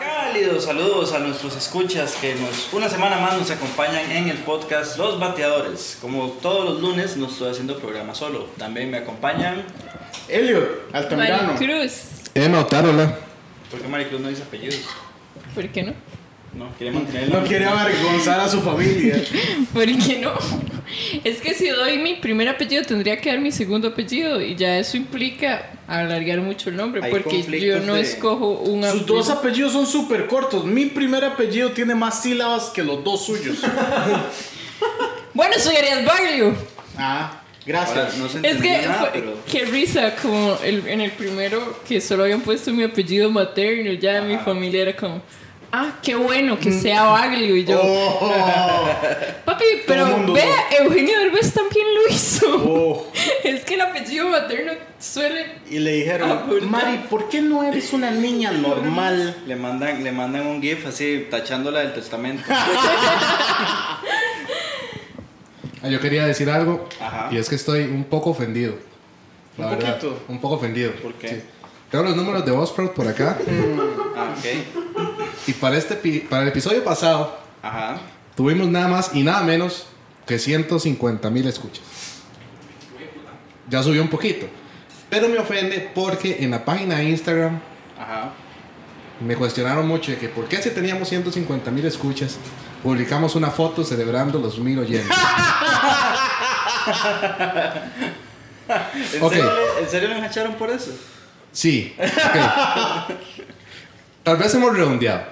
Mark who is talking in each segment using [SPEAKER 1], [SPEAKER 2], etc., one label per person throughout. [SPEAKER 1] Cálidos saludos a nuestros escuchas que nos, una semana más nos acompañan en el podcast Los Bateadores. Como todos los lunes, no estoy haciendo programa solo. También me acompañan.
[SPEAKER 2] Elliot Altamirano.
[SPEAKER 3] Maricruz.
[SPEAKER 4] Emma Otárola.
[SPEAKER 1] ¿Por qué Maricruz no dice apellidos?
[SPEAKER 3] ¿Por qué no?
[SPEAKER 1] No, quiere mantener el
[SPEAKER 2] No
[SPEAKER 1] nombre.
[SPEAKER 2] quiere avergonzar a su familia.
[SPEAKER 3] ¿Por qué no? Es que si doy mi primer apellido tendría que dar mi segundo apellido y ya eso implica alargar mucho el nombre
[SPEAKER 1] Hay
[SPEAKER 3] porque yo
[SPEAKER 1] conflictos
[SPEAKER 3] no
[SPEAKER 1] de-
[SPEAKER 3] escojo un apellido.
[SPEAKER 2] Sus dos apellidos son súper cortos. Mi primer apellido tiene más sílabas que los dos suyos.
[SPEAKER 3] Bueno, soy Arias Baglio.
[SPEAKER 2] Ah,
[SPEAKER 1] Ahora,
[SPEAKER 2] gracias.
[SPEAKER 1] no se
[SPEAKER 3] Es
[SPEAKER 1] entendió
[SPEAKER 3] que
[SPEAKER 1] nada,
[SPEAKER 3] fue-
[SPEAKER 1] pero
[SPEAKER 3] qué risa como el- en el primero que solo habían puesto mi apellido materno, ya mi familia era como Ah, qué bueno que sea Baglio y yo.
[SPEAKER 2] Oh, Todo
[SPEAKER 3] Papi,
[SPEAKER 2] el
[SPEAKER 3] pero
[SPEAKER 2] mundo
[SPEAKER 3] vea, Eugenio Derbez también lo hizo.
[SPEAKER 2] oh.
[SPEAKER 3] Es que el apellido materno suele
[SPEAKER 2] Y le dijeron,
[SPEAKER 3] Ah, ¿verdad?
[SPEAKER 2] Mari, ¿por qué no eres una niña normal?
[SPEAKER 1] le mandan, le mandan un GIF así tachándola del testamento.
[SPEAKER 4] Ah, Yo quería decir algo
[SPEAKER 1] Ajá.
[SPEAKER 4] y es que estoy un poco ofendido. La
[SPEAKER 2] Un
[SPEAKER 4] verdad,
[SPEAKER 2] poquito.
[SPEAKER 4] Un poco ofendido.
[SPEAKER 1] ¿Por qué?
[SPEAKER 4] Tengo los números de Buzzsprout por acá
[SPEAKER 1] Ah, ok.
[SPEAKER 4] y para, este, pi- para el episodio pasado
[SPEAKER 1] Ajá.
[SPEAKER 4] tuvimos nada más y nada menos que 150 mil escuchas. Ya subió un poquito. Pero me ofende porque en la página de Instagram
[SPEAKER 1] Ajá.
[SPEAKER 4] me cuestionaron mucho de que por qué si teníamos 150 mil escuchas publicamos una foto celebrando los mil oyentes.
[SPEAKER 1] ¿En,
[SPEAKER 4] Ok.
[SPEAKER 1] serio, le- ¿En serio le engancharon por eso?
[SPEAKER 4] Sí. ok. Tal vez hemos redondeado.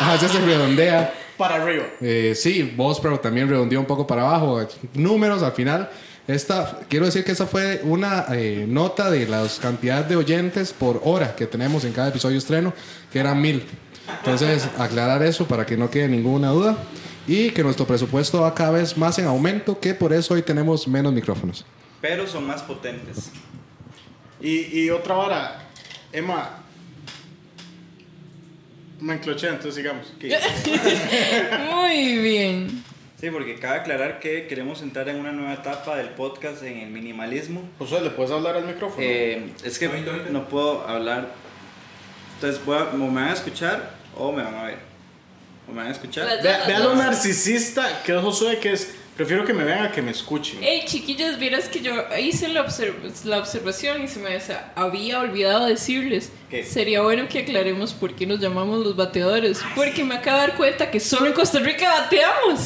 [SPEAKER 4] Ajá, ya se redondea.
[SPEAKER 2] Para arriba.
[SPEAKER 4] Eh, sí, vos, pero también redondeó un poco para abajo. Números al final. Esta, quiero decir que esa fue una eh, nota de la cantidad de oyentes por hora que tenemos en cada episodio estreno, que eran mil. Entonces, aclarar eso para que no quede ninguna duda. Y que nuestro presupuesto va cada vez más en aumento, que por eso hoy tenemos menos micrófonos.
[SPEAKER 1] Pero son más potentes.
[SPEAKER 2] Y, y otra vara, Emma. Me encloché, entonces sigamos. ¿Qué?
[SPEAKER 3] muy bien.
[SPEAKER 1] Sí, porque cabe aclarar que queremos entrar en una nueva etapa del podcast en el minimalismo.
[SPEAKER 2] José, ¿le puedes hablar al micrófono?
[SPEAKER 1] Eh, es que no puedo hablar. Entonces, voy a- o me van a escuchar o me van a ver. O me van a escuchar.
[SPEAKER 3] Las-
[SPEAKER 2] Vea, vea lo narcisista que es Josué, que es, prefiero que me vean a que me escuchen.
[SPEAKER 3] Hey, chiquillos, vieras que yo hice la, observ- la observación y se me sa- había olvidado decirles.
[SPEAKER 1] ¿Qué?
[SPEAKER 3] Sería bueno que aclaremos por qué nos llamamos los bateadores. Porque me acabo de dar cuenta que solo en Costa Rica bateamos.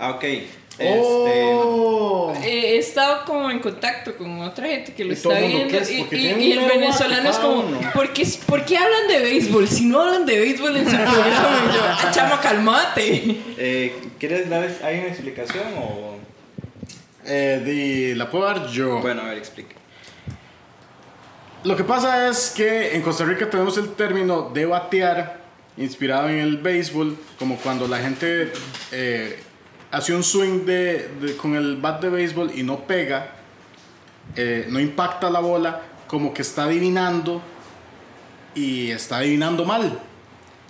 [SPEAKER 1] Ah, ok. Este,
[SPEAKER 2] ¡Oh!
[SPEAKER 3] Eh, he estado como en contacto con otra gente que lo
[SPEAKER 2] Y todo
[SPEAKER 3] está
[SPEAKER 2] el mundo,
[SPEAKER 3] viendo.
[SPEAKER 2] ¿qué es?
[SPEAKER 3] Y,
[SPEAKER 2] Porque
[SPEAKER 3] y-
[SPEAKER 2] tienen
[SPEAKER 3] y
[SPEAKER 2] un
[SPEAKER 3] el
[SPEAKER 2] mero vato
[SPEAKER 3] venezolano es
[SPEAKER 2] cada
[SPEAKER 3] como,
[SPEAKER 2] uno.
[SPEAKER 3] ¿por qué, por qué hablan de béisbol? Si no hablan de béisbol en su programa, Y yo, "Ah, chamo, calmate.
[SPEAKER 1] eh, ¿Quieres dar hay una explicación o.?
[SPEAKER 2] Eh, di- la puedo dar yo.
[SPEAKER 1] Bueno, a ver, explica.
[SPEAKER 2] Lo que pasa es que en Costa Rica tenemos el término de batear, inspirado en el béisbol, como cuando la gente eh, hace un swing de- de- con el bat de béisbol y no pega, eh, no impacta la bola, como que está adivinando y está adivinando mal.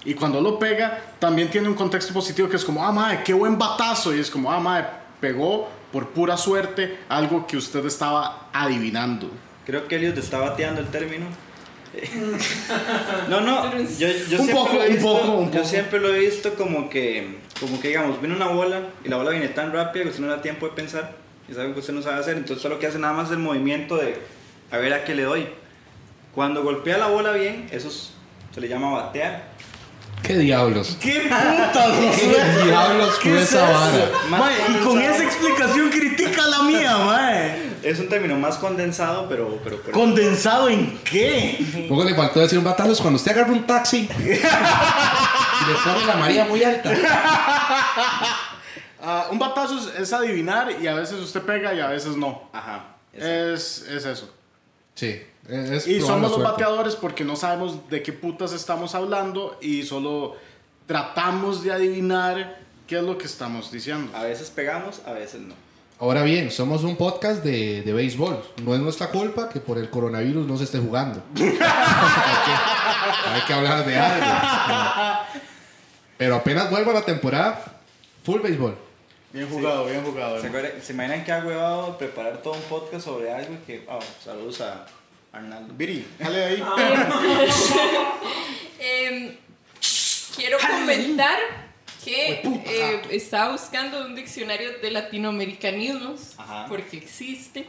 [SPEAKER 2] Y cuando lo pega, también tiene un contexto positivo que es como, ah, madre, qué buen batazo. Y es como, ah, madre, pegó por pura suerte algo que usted estaba adivinando.
[SPEAKER 1] Creo que Elios te está bateando el término. No, no, yo, yo
[SPEAKER 2] Un
[SPEAKER 1] siempre
[SPEAKER 2] poco,
[SPEAKER 1] lo he
[SPEAKER 2] un
[SPEAKER 1] visto,
[SPEAKER 2] poco, un
[SPEAKER 1] yo
[SPEAKER 2] poco.
[SPEAKER 1] siempre lo he visto como que, como que digamos, viene una bola y la bola viene tan rápida que usted no da tiempo de pensar y sabe que usted no sabe hacer, entonces solo que hace nada más es el movimiento de a ver a qué le doy. Cuando golpea la bola bien, eso es- se le llama batear.
[SPEAKER 4] ¿Qué diablos?
[SPEAKER 2] ¡Qué putas,
[SPEAKER 4] ¿Qué diablos fue esa vara?
[SPEAKER 1] Más
[SPEAKER 2] Mae, y con
[SPEAKER 1] condensado.
[SPEAKER 2] esa explicación critica la mía, mae.
[SPEAKER 1] Es un término más condensado, pero... pero, pero-
[SPEAKER 2] ¿Condensado en qué?
[SPEAKER 4] Luego le faltó decir un batalos cuando usted agarra un taxi. y le pone la María muy alta.
[SPEAKER 2] Ah, un batazo es, es adivinar y a veces usted pega y a veces no.
[SPEAKER 1] Ajá.
[SPEAKER 2] Es, es eso.
[SPEAKER 4] Sí. es- es
[SPEAKER 2] Y
[SPEAKER 4] probar
[SPEAKER 2] somos
[SPEAKER 4] la
[SPEAKER 2] los
[SPEAKER 4] suerte.
[SPEAKER 2] bateadores porque no sabemos de qué putas estamos hablando y solo tratamos de adivinar qué es lo que estamos diciendo.
[SPEAKER 1] A veces pegamos, a veces no.
[SPEAKER 4] Ahora bien, somos un podcast de, de béisbol. No es nuestra culpa que por el coronavirus no se esté jugando. hay, que, hay que hablar de algo. Pero apenas vuelva la temporada, full béisbol.
[SPEAKER 2] Bien jugado, bien jugado.
[SPEAKER 1] ¿Se, acuerdan- se imaginan que ha huevado preparar todo un podcast sobre algo y que. ah, saludos a Arnaldo.
[SPEAKER 2] Ah. Viri, dale ahí.
[SPEAKER 3] Em, inventar que eh, estaba buscando un diccionario de latinoamericanismos,
[SPEAKER 1] Ajá. Mm.
[SPEAKER 3] porque existe,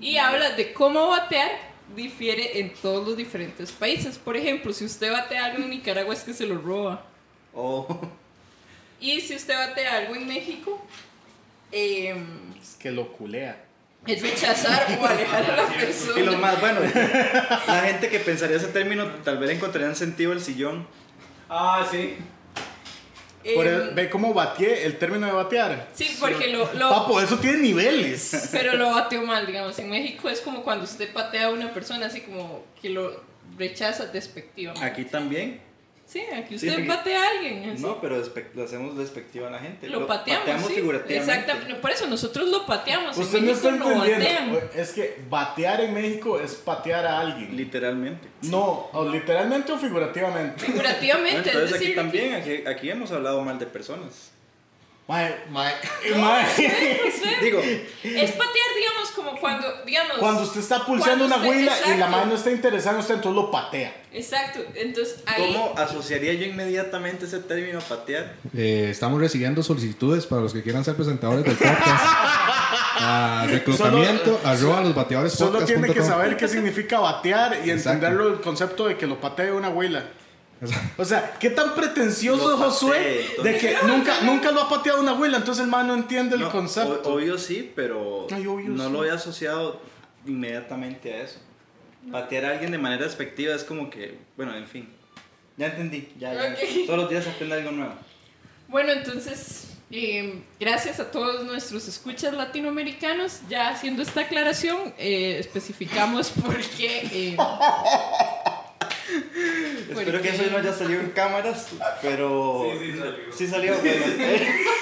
[SPEAKER 3] y habla de cómo batear difiere en todos los diferentes países. Por ejemplo, si usted batea algo en Nicaragua es que se lo roba.
[SPEAKER 1] Oh,
[SPEAKER 3] Y si usted batea algo en México, em,
[SPEAKER 2] Es que lo culea.
[SPEAKER 3] es rechazar o alejar a la persona.
[SPEAKER 1] y lo más bueno, la gente que pensaría ese término tal vez le encontrarían sentido el sillón.
[SPEAKER 5] Ah, sí.
[SPEAKER 3] Em,
[SPEAKER 2] Por el- ve cómo batié el término de batear.
[SPEAKER 3] sí, porque lo, lo-
[SPEAKER 2] Papo, eso tiene niveles.
[SPEAKER 3] pero lo bateó mal, digamos. En México es como cuando usted patea a una persona, así como que lo rechaza despectivamente.
[SPEAKER 1] Aquí también.
[SPEAKER 3] Sí, aquí
[SPEAKER 1] Sí,
[SPEAKER 3] usted
[SPEAKER 1] aquí-
[SPEAKER 3] patea a alguien. así.
[SPEAKER 1] No, pero despe- lo hacemos despectivo a la gente.
[SPEAKER 3] lo pateamos, sí,
[SPEAKER 1] figurativamente.
[SPEAKER 3] Exactamente. Por eso nosotros lo pateamos.
[SPEAKER 2] Usted
[SPEAKER 3] en
[SPEAKER 2] no
[SPEAKER 3] México
[SPEAKER 2] está
[SPEAKER 3] lo
[SPEAKER 2] entendiendo.
[SPEAKER 3] batean.
[SPEAKER 2] Es que batear en México es patear a alguien.
[SPEAKER 1] Literalmente.
[SPEAKER 2] No, o literalmente o figurativamente.
[SPEAKER 1] Bueno,
[SPEAKER 3] Figurativamente, es
[SPEAKER 1] entonces
[SPEAKER 3] decir,
[SPEAKER 1] aquí también, aquí, aquí hemos hablado mal de personas.
[SPEAKER 2] Mae, mae, mae.
[SPEAKER 3] no sé,
[SPEAKER 1] Digo,
[SPEAKER 3] es patear, digamos, como cuando, digamos,
[SPEAKER 2] Cuando usted está pulsando
[SPEAKER 3] Cuando
[SPEAKER 2] una
[SPEAKER 3] usted-
[SPEAKER 2] huila y la
[SPEAKER 3] exacto.
[SPEAKER 2] mano está interesada en usted, entonces lo patea.
[SPEAKER 3] exacto, entonces ahí,
[SPEAKER 1] ¿cómo asociaría yo inmediatamente ese término patear?
[SPEAKER 4] Eh, estamos recibiendo solicitudes para los que quieran ser presentadores del podcast. a reclutamiento, arroba los bateadores
[SPEAKER 2] Solo tiene que
[SPEAKER 4] podcast punto com.
[SPEAKER 2] saber qué significa batear y
[SPEAKER 4] Exacto.
[SPEAKER 2] entenderlo el concepto de que lo patee una huila. O sea, qué tan pretencioso
[SPEAKER 1] Lo
[SPEAKER 2] es Josué
[SPEAKER 1] patee, entonces.
[SPEAKER 2] de que nunca, nunca lo ha pateado una huila, entonces el man no entiende el
[SPEAKER 1] No,
[SPEAKER 2] concepto.
[SPEAKER 1] o- obvio sí, pero
[SPEAKER 2] Ay, obvio
[SPEAKER 1] no
[SPEAKER 2] sí.
[SPEAKER 1] lo había asociado inmediatamente a eso. Patear a alguien de manera despectiva es como que, bueno, en fin. Ya entendí, ya, ya.
[SPEAKER 3] Ok.
[SPEAKER 1] Todos los días aprende algo nuevo.
[SPEAKER 3] bueno, entonces, eh, gracias a todos nuestros escuchas latinoamericanos, ya haciendo esta aclaración, eh, especificamos por qué... eh,
[SPEAKER 1] Espero que eso no haya salido en cámaras, pero.
[SPEAKER 5] Sí, sí salió.
[SPEAKER 1] Sí salió, bueno. eh.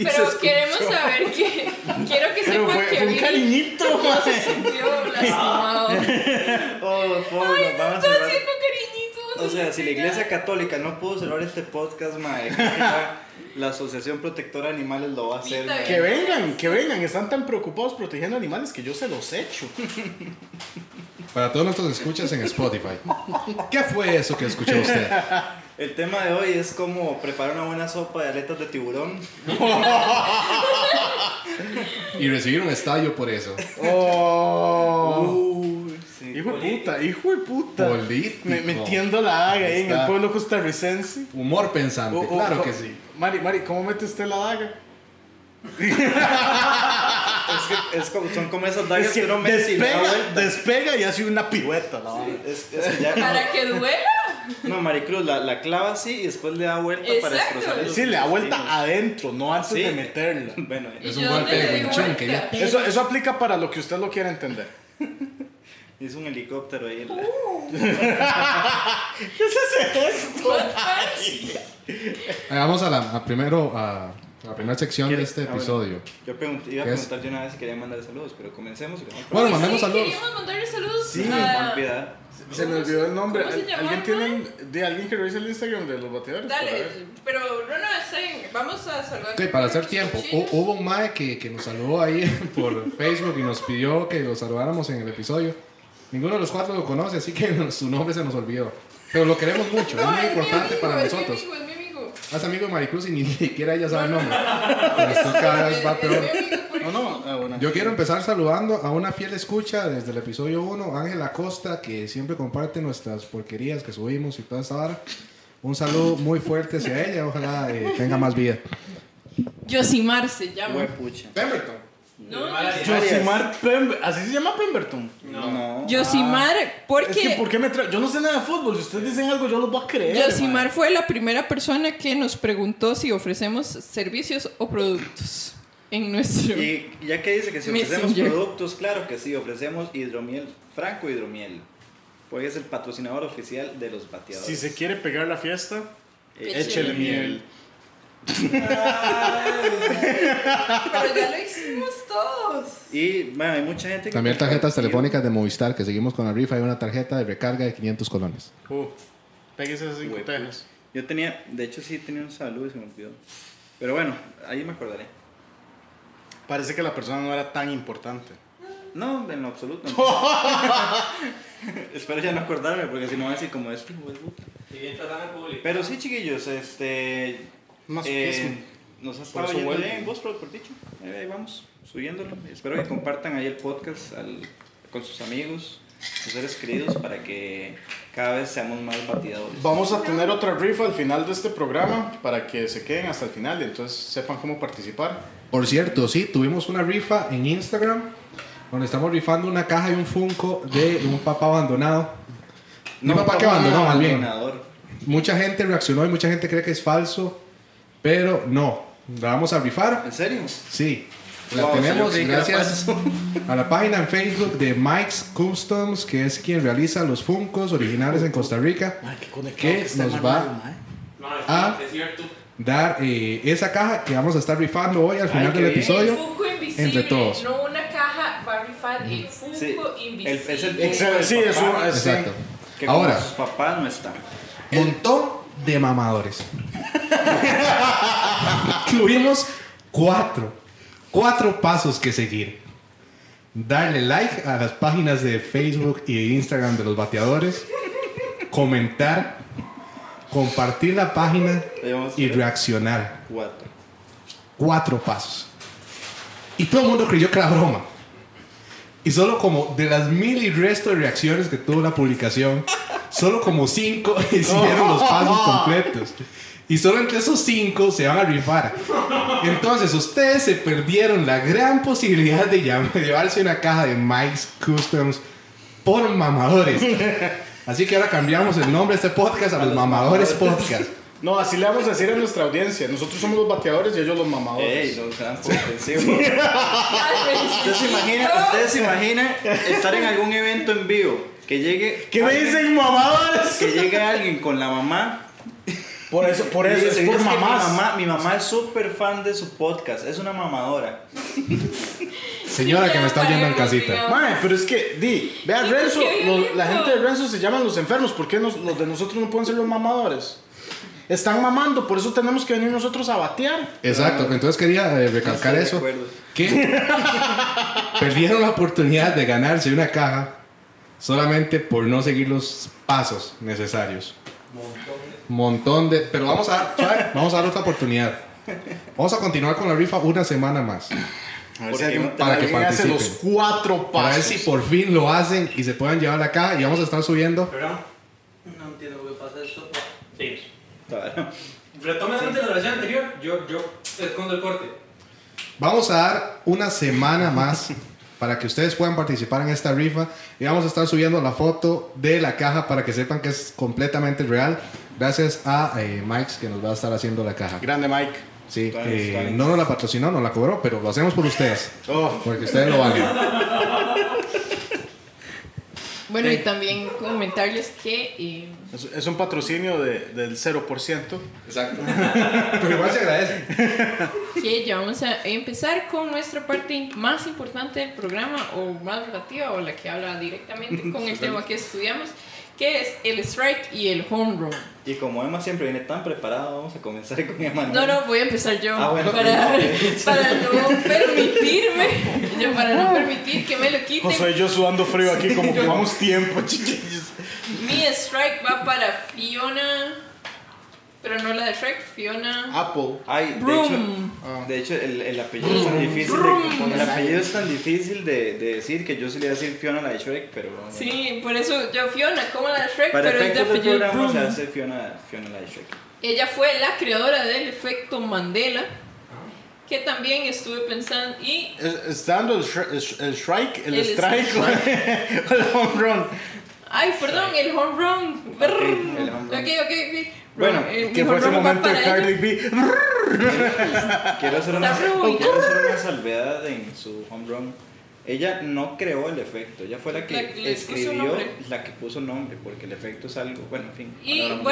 [SPEAKER 1] Y se
[SPEAKER 3] Pero
[SPEAKER 1] escuchó.
[SPEAKER 3] queremos saber que. Quiero que
[SPEAKER 2] Pero
[SPEAKER 3] sepan
[SPEAKER 2] fue,
[SPEAKER 3] que
[SPEAKER 2] fue un
[SPEAKER 3] Billy
[SPEAKER 2] cariñito,
[SPEAKER 3] no se
[SPEAKER 2] mae.
[SPEAKER 3] sintió lastimado. Ay,
[SPEAKER 1] Oh, por favor, nos van a
[SPEAKER 3] está
[SPEAKER 1] cerrar.
[SPEAKER 3] haciendo cariñitos.
[SPEAKER 1] O sea, si la Iglesia Católica no pudo cerrar este podcast, mae, ya la Asociación Protectora de Animales lo va a hacer.
[SPEAKER 3] Está
[SPEAKER 1] mae.
[SPEAKER 3] bien.
[SPEAKER 2] Que vengan, que vengan, están tan preocupados protegiendo animales que yo se los echo.
[SPEAKER 4] Para todos nuestros escuchas en Spotify. ¿Qué fue eso que escuchó usted?
[SPEAKER 1] El tema de hoy es cómo preparar una buena sopa de aletas de tiburón.
[SPEAKER 4] Y recibir un estallo por eso.
[SPEAKER 2] Oh.
[SPEAKER 1] Uy, sí.
[SPEAKER 2] Hijo de puta, hijo de puta.
[SPEAKER 4] Político.
[SPEAKER 2] Me, metiendo la daga ahí en el
[SPEAKER 4] Está.
[SPEAKER 2] pueblo costarricense.
[SPEAKER 4] Humor pensante,
[SPEAKER 2] Oh, oh,
[SPEAKER 4] claro
[SPEAKER 2] co-
[SPEAKER 4] que sí.
[SPEAKER 2] Mari, Mari, ¿cómo mete usted la daga?
[SPEAKER 1] Es que es como- son como esas dagas
[SPEAKER 2] es que
[SPEAKER 1] que uno mete y le da
[SPEAKER 2] despega,
[SPEAKER 1] vuelta.
[SPEAKER 2] despega y hace una pirueta la vara.
[SPEAKER 1] Es, es que ya,
[SPEAKER 3] Para que duela.
[SPEAKER 1] no, Maricruz, la, la clava así y después le da vuelta para
[SPEAKER 3] Exacto.
[SPEAKER 1] destrozar el
[SPEAKER 2] Sí, le da vuelta adentro, no antes
[SPEAKER 1] Sí.
[SPEAKER 2] de meterla.
[SPEAKER 1] Bueno,
[SPEAKER 3] ¿Y
[SPEAKER 4] Es
[SPEAKER 3] yo
[SPEAKER 4] un
[SPEAKER 3] dónde
[SPEAKER 4] golpe
[SPEAKER 3] le
[SPEAKER 4] de
[SPEAKER 3] doy
[SPEAKER 4] winchón que
[SPEAKER 3] vuelta?
[SPEAKER 4] ya.
[SPEAKER 2] Eso, eso aplica para lo que usted lo quiera entender.
[SPEAKER 1] es un helicóptero ahí. en la-
[SPEAKER 2] ¿Qué es esto?
[SPEAKER 3] What fancy.
[SPEAKER 4] Eh, Vamos a la a primero a la primera sección de
[SPEAKER 1] ¿Quieres?
[SPEAKER 4] este
[SPEAKER 1] Ah, bueno.
[SPEAKER 4] episodio.
[SPEAKER 1] Yo pregunté- iba a
[SPEAKER 4] ¿Qué es?
[SPEAKER 1] preguntar de una vez si quería mandar saludos, pero comencemos. y vamos para-
[SPEAKER 4] Bueno,
[SPEAKER 3] Uy,
[SPEAKER 4] mandemos
[SPEAKER 3] sí,
[SPEAKER 4] saludos.
[SPEAKER 3] Queríamos mandarle saludos
[SPEAKER 1] sí,
[SPEAKER 3] a.
[SPEAKER 1] Juan Piedad.
[SPEAKER 2] Se me olvidó el nombre.
[SPEAKER 3] ¿Cómo se llama,
[SPEAKER 2] ¿Alguien tiene de alguien que revise el Instagram de los bateadores? Para ver.
[SPEAKER 3] Dale, pero no, no, está bien. Vamos a saludar.
[SPEAKER 4] Ok, para hacer tiempo, hu- hubo un mae que, que nos saludó ahí por Facebook y nos pidió que lo saludáramos en el episodio. Ninguno de los cuatro lo conoce, así que su nombre se nos olvidó. Pero lo queremos mucho,
[SPEAKER 3] No,
[SPEAKER 4] es muy
[SPEAKER 3] es mi
[SPEAKER 4] importante
[SPEAKER 3] amigo,
[SPEAKER 4] para
[SPEAKER 3] es mi
[SPEAKER 4] nosotros.
[SPEAKER 3] amigo, es mi amigo.
[SPEAKER 4] Más amigo de Maricruz y ni siquiera ella sabe el nombre. Pero esto cada vez va
[SPEAKER 3] Es-
[SPEAKER 4] peor.
[SPEAKER 3] es mi amigo, porque-
[SPEAKER 2] No, no, ah, bueno.
[SPEAKER 4] Yo quiero empezar saludando a una fiel escucha desde el episodio 1, Ángela Costa, que siempre comparte nuestras porquerías que subimos y toda esa vara. Un saludo muy fuerte hacia ella, ojalá eh, tenga más vida.
[SPEAKER 3] Yosimar se llama.
[SPEAKER 1] Huepucha.
[SPEAKER 4] Pemberton.
[SPEAKER 3] No,
[SPEAKER 5] Mala-
[SPEAKER 2] Josimar Pember, así se llama Pemberton.
[SPEAKER 5] No.
[SPEAKER 3] Yosimar, porque.
[SPEAKER 2] Es que, ¿por qué me tra- Yo no sé nada de fútbol. Si ustedes dicen algo, yo los voy a creer.
[SPEAKER 3] Yosimar fue la primera persona que nos preguntó si ofrecemos servicios o productos en nuestro.
[SPEAKER 1] Y ya que dice que si ofrecemos
[SPEAKER 3] Messenger.
[SPEAKER 1] productos, claro que sí, ofrecemos hidromiel, Franco Hidromiel. Porque es el patrocinador oficial de los
[SPEAKER 2] mae.
[SPEAKER 1] bateadores.
[SPEAKER 2] Si se quiere pegar la fiesta,
[SPEAKER 1] Eh,
[SPEAKER 2] échele miel.
[SPEAKER 3] Pero ya lo hicimos todos.
[SPEAKER 1] Y bueno, hay mucha gente que.
[SPEAKER 4] También tarjetas telefónicas de Movistar, que seguimos con la rifa y una tarjeta de recarga de 500 colones.
[SPEAKER 2] Uh, péguese esas cinco telas.
[SPEAKER 1] Yo tenía, de hecho sí tenía un saludo y se me olvidó. Pero bueno, ahí me acordaré.
[SPEAKER 2] Parece que la persona no era tan importante.
[SPEAKER 1] No, en lo absoluto. Espero ya no acordarme, porque si no voy a decir como es que jugué puta.
[SPEAKER 5] Y bien tratan al público.
[SPEAKER 1] Pero sí, chiquillos, este.
[SPEAKER 2] Masoquismo.
[SPEAKER 1] eh, nos ha
[SPEAKER 2] Por
[SPEAKER 1] estado
[SPEAKER 2] eso
[SPEAKER 1] yendo
[SPEAKER 2] vuelve.
[SPEAKER 1] bien en Buzzsprout, por dicho. Ahí, ahí vamos, subiéndolo. Espero que compartan ahí el podcast al- con sus amigos, sus seres queridos, para que cada vez seamos más batidores.
[SPEAKER 2] Vamos a tener otra rifa al final de este programa para que se queden hasta el final y entonces sepan cómo participar.
[SPEAKER 4] Por cierto, sí, tuvimos una rifa en Instagram donde estamos rifando una caja y un Funko de un papá abandonado. No, papá que abandonó, más bien.
[SPEAKER 1] Abandonador.
[SPEAKER 4] Mucha gente reaccionó y mucha gente cree que es falso, pero no. La vamos a rifar.
[SPEAKER 1] ¿En serio?
[SPEAKER 4] Sí. La
[SPEAKER 1] Wow,
[SPEAKER 4] tenemos
[SPEAKER 1] yo creí que era
[SPEAKER 4] gracias
[SPEAKER 1] falso.
[SPEAKER 4] a la página en Facebook de Mike's Customs, que es quien realiza los Funcos originales en Costa Rica. que tá nos va
[SPEAKER 5] No, es,
[SPEAKER 4] Ah.
[SPEAKER 5] es cierto.
[SPEAKER 4] dar eh, esa caja que vamos a estar rifando hoy al final
[SPEAKER 1] qué bien.
[SPEAKER 3] El
[SPEAKER 4] del episodio.
[SPEAKER 3] Funko invisible,
[SPEAKER 4] entre todos.
[SPEAKER 3] no una caja, va a rifar el Funko
[SPEAKER 1] Sí, el-
[SPEAKER 3] invisible.
[SPEAKER 1] es el-
[SPEAKER 2] Excel- Sí, es un- es- sí.
[SPEAKER 4] Exacto.
[SPEAKER 1] Que Ahora.
[SPEAKER 4] Ahora,
[SPEAKER 1] Sus papás no están.
[SPEAKER 4] montón de mamadores. Tuvimos cuatro, cuatro pasos que seguir. Darle like a las páginas de Facebook y de Instagram de los bateadores, comentar, compartir la página
[SPEAKER 1] Digamos,
[SPEAKER 4] y reaccionar.
[SPEAKER 1] Cuatro.
[SPEAKER 4] cuatro pasos. Y todo el mundo creyó que era broma. Y solo como de las mil y resto de reacciones que tuvo la publicación, solo como cinco hicieron los pasos completos. Y solo entre esos cinco se van a rifar. Entonces ustedes se perdieron la gran posibilidad de llam- de llevarse una caja de Mike's Customs por mamadores. Así que ahora cambiamos el nombre de este podcast a, los,
[SPEAKER 1] los
[SPEAKER 4] mamadores,
[SPEAKER 1] mamadores.
[SPEAKER 4] podcast.
[SPEAKER 2] No, así le vamos a decir a nuestra audiencia. Nosotros somos los bateadores y ellos los mamadores.
[SPEAKER 1] Ey, no sean poco ofensivos.
[SPEAKER 3] Ah,
[SPEAKER 1] ¿Usted se imagina, usted se imagina estar en algún evento en vivo? Que llegue.
[SPEAKER 2] ¿Qué me
[SPEAKER 1] alguien-
[SPEAKER 2] dicen mamadas?
[SPEAKER 1] Que llegue alguien con la mamá.
[SPEAKER 2] Por eso, por eso,
[SPEAKER 1] Y
[SPEAKER 2] es
[SPEAKER 1] dice,
[SPEAKER 2] por
[SPEAKER 1] "Es que
[SPEAKER 2] mamás.
[SPEAKER 1] Mi mamá, mi mamá es súper fan de su podcast. Es una mamadora.
[SPEAKER 4] Señora que me está oyendo en casita.
[SPEAKER 2] Mae, pero es que, di, vea,
[SPEAKER 3] Sí,
[SPEAKER 2] Renzo,
[SPEAKER 3] porque
[SPEAKER 2] lo-
[SPEAKER 3] violento.
[SPEAKER 2] la gente de Renzo se llaman los enfermos. ¿Por qué nos- los de nosotros no pueden ser los mamadores? Están mamando, por eso tenemos que venir nosotros a batear.
[SPEAKER 4] Exacto, entonces quería eh, recalcar
[SPEAKER 1] Estoy de
[SPEAKER 4] eso.
[SPEAKER 1] acuerdo.
[SPEAKER 4] Que perdieron la oportunidad de ganarse una caja solamente por no seguir los pasos necesarios. Montón de. Pero vamos a dar, suave, vamos a dar otra oportunidad. Vamos a continuar con la rifa una semana más.
[SPEAKER 2] A ver
[SPEAKER 1] Porque
[SPEAKER 2] si alguien,
[SPEAKER 1] no te-
[SPEAKER 4] para que
[SPEAKER 2] alguien hace los
[SPEAKER 4] participen.
[SPEAKER 2] cuatro
[SPEAKER 4] Para ver
[SPEAKER 2] pasos.
[SPEAKER 4] si por fin lo hacen y se puedan llevar la caja y vamos a estar subiendo.
[SPEAKER 5] ¿Perdón? No entiendo lo que pasa esto. Sí.
[SPEAKER 1] Claro.
[SPEAKER 5] Retomen antes la oración anterior. Yo, yo escondo el corte.
[SPEAKER 4] Vamos a dar una semana más para que ustedes puedan participar en esta rifa y vamos a estar subiendo la foto de la caja para que sepan que es completamente real. Gracias a eh, Mike's que nos va a estar haciendo la caja.
[SPEAKER 2] Grande Mike.
[SPEAKER 4] Sí,
[SPEAKER 1] Thanks,
[SPEAKER 4] eh,
[SPEAKER 1] thanks.
[SPEAKER 4] no nos la patrocinó, nos la cobró, pero lo hacemos por ustedes,
[SPEAKER 2] Oh,
[SPEAKER 4] porque ustedes lo valen.
[SPEAKER 3] Bueno, y también comentarles que eh,
[SPEAKER 2] es, es un patrocinio de- del 0%.
[SPEAKER 4] Exacto. Pero igual se agradece.
[SPEAKER 3] que ya vamos a empezar con nuestra parte más importante del programa o más relativa o la que habla directamente con el tema que estudiamos, que es el strike y el home run.
[SPEAKER 1] Y como Emma siempre viene tan preparada, vamos a comenzar con Emma.
[SPEAKER 3] No, no, voy a empezar yo
[SPEAKER 1] Ah, bueno.
[SPEAKER 3] para, para no permitirme, yo para no permitir que me lo quiten.
[SPEAKER 2] José y yo sudando frío aquí, como que vamos tiempo, chiquillos.
[SPEAKER 3] Mi strike va para Fiona, pero no la de Shrek, Fiona.
[SPEAKER 1] Ah.
[SPEAKER 2] Apple.
[SPEAKER 1] Ay, de
[SPEAKER 3] Broom.
[SPEAKER 1] hecho, de hecho el, el apellido es tan difícil. De, el apellido es tan difícil de, de decir que yo sí le iba a decir Fiona la de Shrek, pero. bueno.
[SPEAKER 3] Sí, por eso yo Fiona, como la de Shrek,
[SPEAKER 1] Para
[SPEAKER 3] pero es de
[SPEAKER 1] efectos del
[SPEAKER 3] apellido
[SPEAKER 1] programa se
[SPEAKER 3] Broom.
[SPEAKER 1] hace Fiona, Fiona la de Shrek.
[SPEAKER 3] Ella fue la creadora del efecto Mandela, que también estuve pensando y
[SPEAKER 2] Es- Está dando el, shri- el sh- el strike, el,
[SPEAKER 3] El
[SPEAKER 2] strike, el home run.
[SPEAKER 3] ay, perdón, el home run.
[SPEAKER 1] Ok, el home run.
[SPEAKER 3] Ok, ok, ok.
[SPEAKER 1] Bueno,
[SPEAKER 3] Eh, mi
[SPEAKER 2] Que
[SPEAKER 3] home
[SPEAKER 2] fue ese
[SPEAKER 3] run va
[SPEAKER 2] momento de
[SPEAKER 3] para
[SPEAKER 2] Cardi
[SPEAKER 3] ella.
[SPEAKER 2] B.
[SPEAKER 3] Ah,
[SPEAKER 1] Quiero hacer, una,
[SPEAKER 3] Está ruin.
[SPEAKER 1] quiero hacer una salvedad en su home run. Ella no creó el efecto, ella fue la que
[SPEAKER 3] La que le puso
[SPEAKER 1] escribió,
[SPEAKER 3] nombre.
[SPEAKER 1] la que puso nombre, porque el efecto es algo, bueno, en fin.
[SPEAKER 3] Y
[SPEAKER 1] ahora vamos.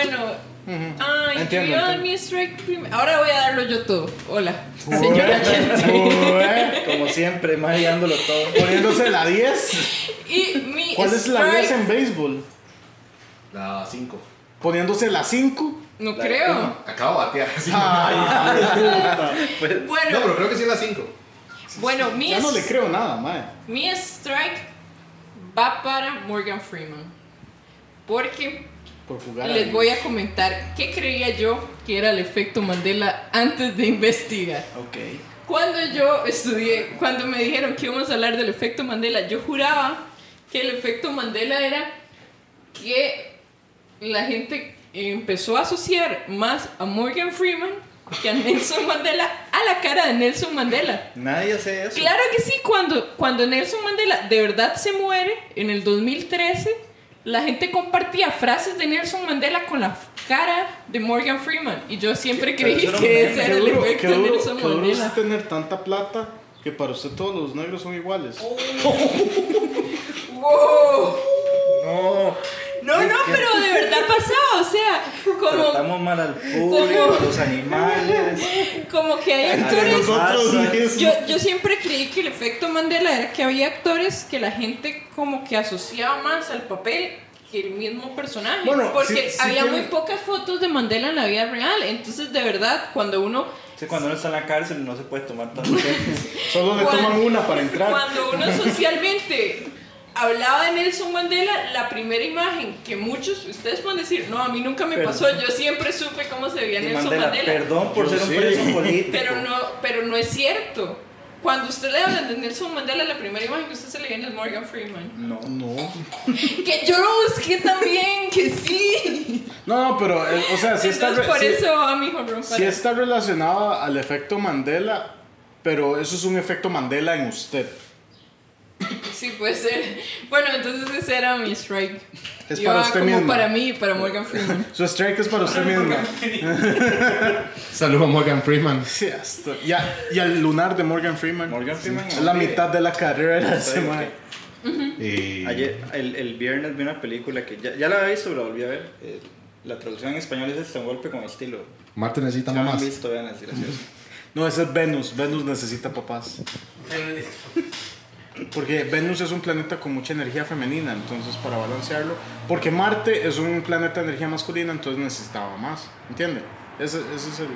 [SPEAKER 3] bueno, ay,
[SPEAKER 2] Entiendo,
[SPEAKER 3] yo iba a dar
[SPEAKER 2] entiendo.
[SPEAKER 3] mi strike primero. Ahora voy a darlo yo todo. Hola, señora gente.
[SPEAKER 2] Ué,
[SPEAKER 1] como siempre, más dándolo todo.
[SPEAKER 2] Poniéndose la 10.
[SPEAKER 3] Y mi
[SPEAKER 2] ¿Cuál es la 10
[SPEAKER 3] strike-
[SPEAKER 2] en béisbol?
[SPEAKER 4] La 5.
[SPEAKER 2] Poniéndose la 5.
[SPEAKER 3] No
[SPEAKER 1] La-
[SPEAKER 3] creo.
[SPEAKER 1] uno.
[SPEAKER 4] Acabo de batear.
[SPEAKER 2] Ay,
[SPEAKER 1] Pues,
[SPEAKER 3] Bueno,
[SPEAKER 4] creo que sí es la 5.
[SPEAKER 3] Bueno, mi,
[SPEAKER 2] Ya no
[SPEAKER 3] es-
[SPEAKER 2] le creo nada, mae.
[SPEAKER 3] mi strike va para Morgan Freeman. Porque
[SPEAKER 2] Por jugar.
[SPEAKER 3] les voy a comentar qué creía yo que era el efecto Mandela antes de investigar.
[SPEAKER 1] Ok.
[SPEAKER 3] Cuando yo estudié, cuando me dijeron que íbamos a hablar del efecto Mandela, yo juraba que el efecto Mandela era que la gente empezó a asociar más a Morgan Freeman que a Nelson Mandela a la cara de Nelson Mandela.
[SPEAKER 1] Nadie hace eso.
[SPEAKER 3] Claro que sí, cuando, cuando Nelson Mandela de verdad se muere en el 2013, la gente compartía frases de Nelson Mandela con la cara de Morgan Freeman. Y yo siempre
[SPEAKER 1] Pero
[SPEAKER 3] creí
[SPEAKER 1] eso era un
[SPEAKER 3] que
[SPEAKER 1] meme.
[SPEAKER 3] ese
[SPEAKER 2] Qué
[SPEAKER 3] era el
[SPEAKER 2] duro,
[SPEAKER 3] efecto
[SPEAKER 2] qué duro,
[SPEAKER 3] Nelson
[SPEAKER 2] qué duro es
[SPEAKER 3] Mandela.
[SPEAKER 2] tener tanta plata que para usted todos los negros son iguales.
[SPEAKER 3] Oh, ¡Wow!
[SPEAKER 1] No.
[SPEAKER 3] No, no, pero de verdad pasaba, o sea, como,
[SPEAKER 1] Tratamos mal al público,
[SPEAKER 3] ¿Cómo?
[SPEAKER 1] a los animales.
[SPEAKER 3] como que hay
[SPEAKER 1] Tú eres-
[SPEAKER 3] actores.
[SPEAKER 2] Nosotros
[SPEAKER 1] Pasa.
[SPEAKER 2] mismos.
[SPEAKER 3] Yo, yo siempre creí que el efecto Mandela era que había actores que la gente como que asociaba más al papel que el mismo personaje.
[SPEAKER 2] Bueno,
[SPEAKER 3] porque
[SPEAKER 2] sí- sí
[SPEAKER 3] había
[SPEAKER 2] tiene-
[SPEAKER 3] muy pocas fotos de Mandela en la vida real. Entonces, de verdad, cuando uno
[SPEAKER 1] Sí, cuando uno está en la cárcel no se puede tomar tanto tiempo.
[SPEAKER 2] Solo le
[SPEAKER 3] Cuando-
[SPEAKER 2] toman una para entrar.
[SPEAKER 3] Cuando uno socialmente hablaba de Nelson Mandela, la primera imagen que muchos, ustedes pueden decir, no, a mí nunca me
[SPEAKER 1] Pero-
[SPEAKER 3] pasó, yo siempre supe cómo se veía
[SPEAKER 1] Y
[SPEAKER 3] Nelson
[SPEAKER 1] Mandela,
[SPEAKER 3] Mandela.
[SPEAKER 1] perdón por
[SPEAKER 2] Yo
[SPEAKER 1] ser un
[SPEAKER 2] sí.
[SPEAKER 1] preso político.
[SPEAKER 3] Pero no, pero no es cierto. Cuando usted le habla de Nelson Mandela, la primera imagen que usted se le viene es Morgan Freeman.
[SPEAKER 1] No.
[SPEAKER 2] No.
[SPEAKER 3] Que yo lo busqué también, que sí.
[SPEAKER 2] No, no, pero, eh, o sea, si está,
[SPEAKER 3] Entonces,
[SPEAKER 2] re-
[SPEAKER 3] por
[SPEAKER 2] sí-
[SPEAKER 3] eso ah, a mi home run
[SPEAKER 2] sí está relacionado al efecto Mandela, pero eso es un efecto Mandela en usted.
[SPEAKER 3] Sí, puede ser. Bueno, entonces ese era mi strike.
[SPEAKER 2] Es
[SPEAKER 3] Yo,
[SPEAKER 2] para
[SPEAKER 3] ah,
[SPEAKER 2] usted
[SPEAKER 3] como
[SPEAKER 2] misma.
[SPEAKER 3] para mí y para Morgan Freeman.
[SPEAKER 2] Su strike es para usted mismo.
[SPEAKER 4] Saludos a Morgan Freeman.
[SPEAKER 2] Sí, hasta- y, a- y al lunar de Morgan Freeman.
[SPEAKER 1] Morgan Freeman.
[SPEAKER 2] Es la
[SPEAKER 1] hombre.
[SPEAKER 2] mitad de la carrera de ese
[SPEAKER 1] Está
[SPEAKER 2] mae.
[SPEAKER 1] bien,
[SPEAKER 4] Eh,
[SPEAKER 1] Ayer, el, el viernes vi una película que ya, ya la había visto, pero la volví a ver. Eh, la traducción en español es este un golpe con estilo.
[SPEAKER 4] Marte
[SPEAKER 1] Si
[SPEAKER 4] necesita
[SPEAKER 1] no la han
[SPEAKER 4] mamás.
[SPEAKER 1] visto, vean, es gracioso.
[SPEAKER 2] No, ese es Venus. Venus necesita papás. Porque Venus es un planeta con mucha energía femenina, entonces para balancearlo. Porque Marte es un planeta de energía masculina, entonces necesitaba más. ¿Entiende? Ese, ese es el.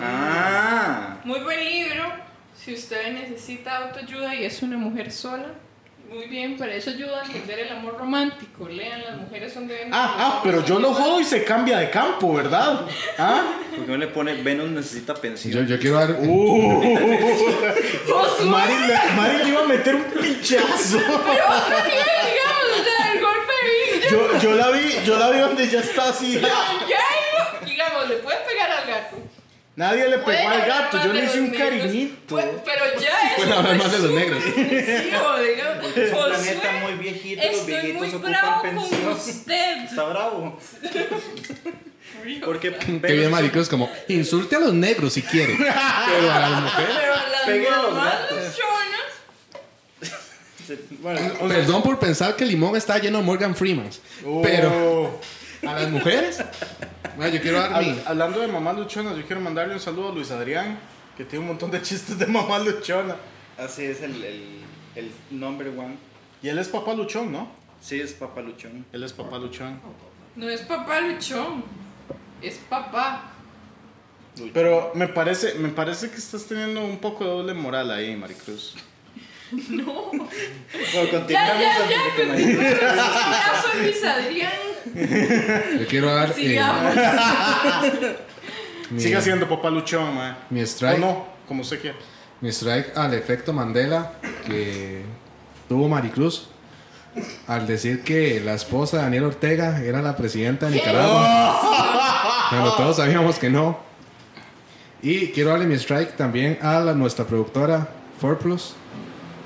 [SPEAKER 1] Ah.
[SPEAKER 3] Muy buen libro. Si usted necesita autoayuda y es una mujer sola, muy bien, para eso ayuda a entender el amor romántico. Lean Las mujeres son de Venus.
[SPEAKER 2] Ah, ah, pero yo lo jodo y se cambia de campo, ¿verdad? ¿Ah?
[SPEAKER 1] ¿Por qué no le pone Venus necesita pensión?
[SPEAKER 4] Yo, yo quiero dar.
[SPEAKER 1] Uh.
[SPEAKER 3] Josué,
[SPEAKER 2] Mari le, Mari le iba a meter un pinchazo.
[SPEAKER 3] pero vos también, digamos, o sea, el golpe ahí, ya-
[SPEAKER 2] Yo, yo la vi, yo la vi donde ya está así.
[SPEAKER 3] ya, digo, digamos, le puede pegar al gato.
[SPEAKER 2] Nadie le
[SPEAKER 3] Pueden
[SPEAKER 2] pegó al
[SPEAKER 3] hablar
[SPEAKER 2] gato,
[SPEAKER 3] más
[SPEAKER 2] yo
[SPEAKER 3] de
[SPEAKER 2] le hice
[SPEAKER 3] los
[SPEAKER 2] un
[SPEAKER 3] negros.
[SPEAKER 2] cariñito.
[SPEAKER 3] Pu- pero ya es
[SPEAKER 4] Pueden hablar más de los negros.
[SPEAKER 1] Es un planeta muy viejito, los
[SPEAKER 3] Estoy muy
[SPEAKER 1] viejitos
[SPEAKER 3] bravo
[SPEAKER 1] ocupan
[SPEAKER 3] con
[SPEAKER 1] pensión.
[SPEAKER 3] usted.
[SPEAKER 1] Está bravo. Porque
[SPEAKER 4] Que bien,
[SPEAKER 1] Venus
[SPEAKER 4] marico, es como. Insulte a los negros si quiere. Pero a las mujeres.
[SPEAKER 3] Pero las
[SPEAKER 1] Peguen a los
[SPEAKER 3] mamás
[SPEAKER 1] gatos.
[SPEAKER 3] luchonas
[SPEAKER 1] bueno,
[SPEAKER 4] Perdón por pensar que el limón está lleno de Morgan Freeman.
[SPEAKER 2] Oh.
[SPEAKER 4] Pero a las mujeres. Bueno, yo quiero dar mi.
[SPEAKER 2] Hab- hablando de mamá luchona, yo quiero mandarle un saludo a Luis Adrián, que tiene un montón de chistes de mamá luchona.
[SPEAKER 1] así es el, el, el number one.
[SPEAKER 2] Y él es papá luchón, ¿no?
[SPEAKER 1] Sí, es papaluchón.
[SPEAKER 2] Él es papá luchón.
[SPEAKER 3] No es papá luchón, es papá.
[SPEAKER 2] Pero me parece, me parece que estás teniendo un poco de doble moral ahí, Maricruz.
[SPEAKER 3] No.
[SPEAKER 1] Bueno,
[SPEAKER 3] Ya,
[SPEAKER 1] continuamos
[SPEAKER 3] ya,
[SPEAKER 1] antes de
[SPEAKER 3] ya,
[SPEAKER 1] que me-
[SPEAKER 3] continúa. Ya soy Luis Adrián.
[SPEAKER 4] Yo quiero dar. eh,
[SPEAKER 3] Sigamos.
[SPEAKER 4] mi-
[SPEAKER 2] Siga siendo papá luchón, mae.
[SPEAKER 4] Mi strike.
[SPEAKER 2] O no, como usted quiera.
[SPEAKER 4] Mi strike al efecto Mandela que tuvo Maricruz al decir que la esposa de Daniel Ortega era la presidenta de Nicaragua. Cuando todos sabíamos que no. Y quiero darle mi strike también a la- nuestra productora 4 Plus,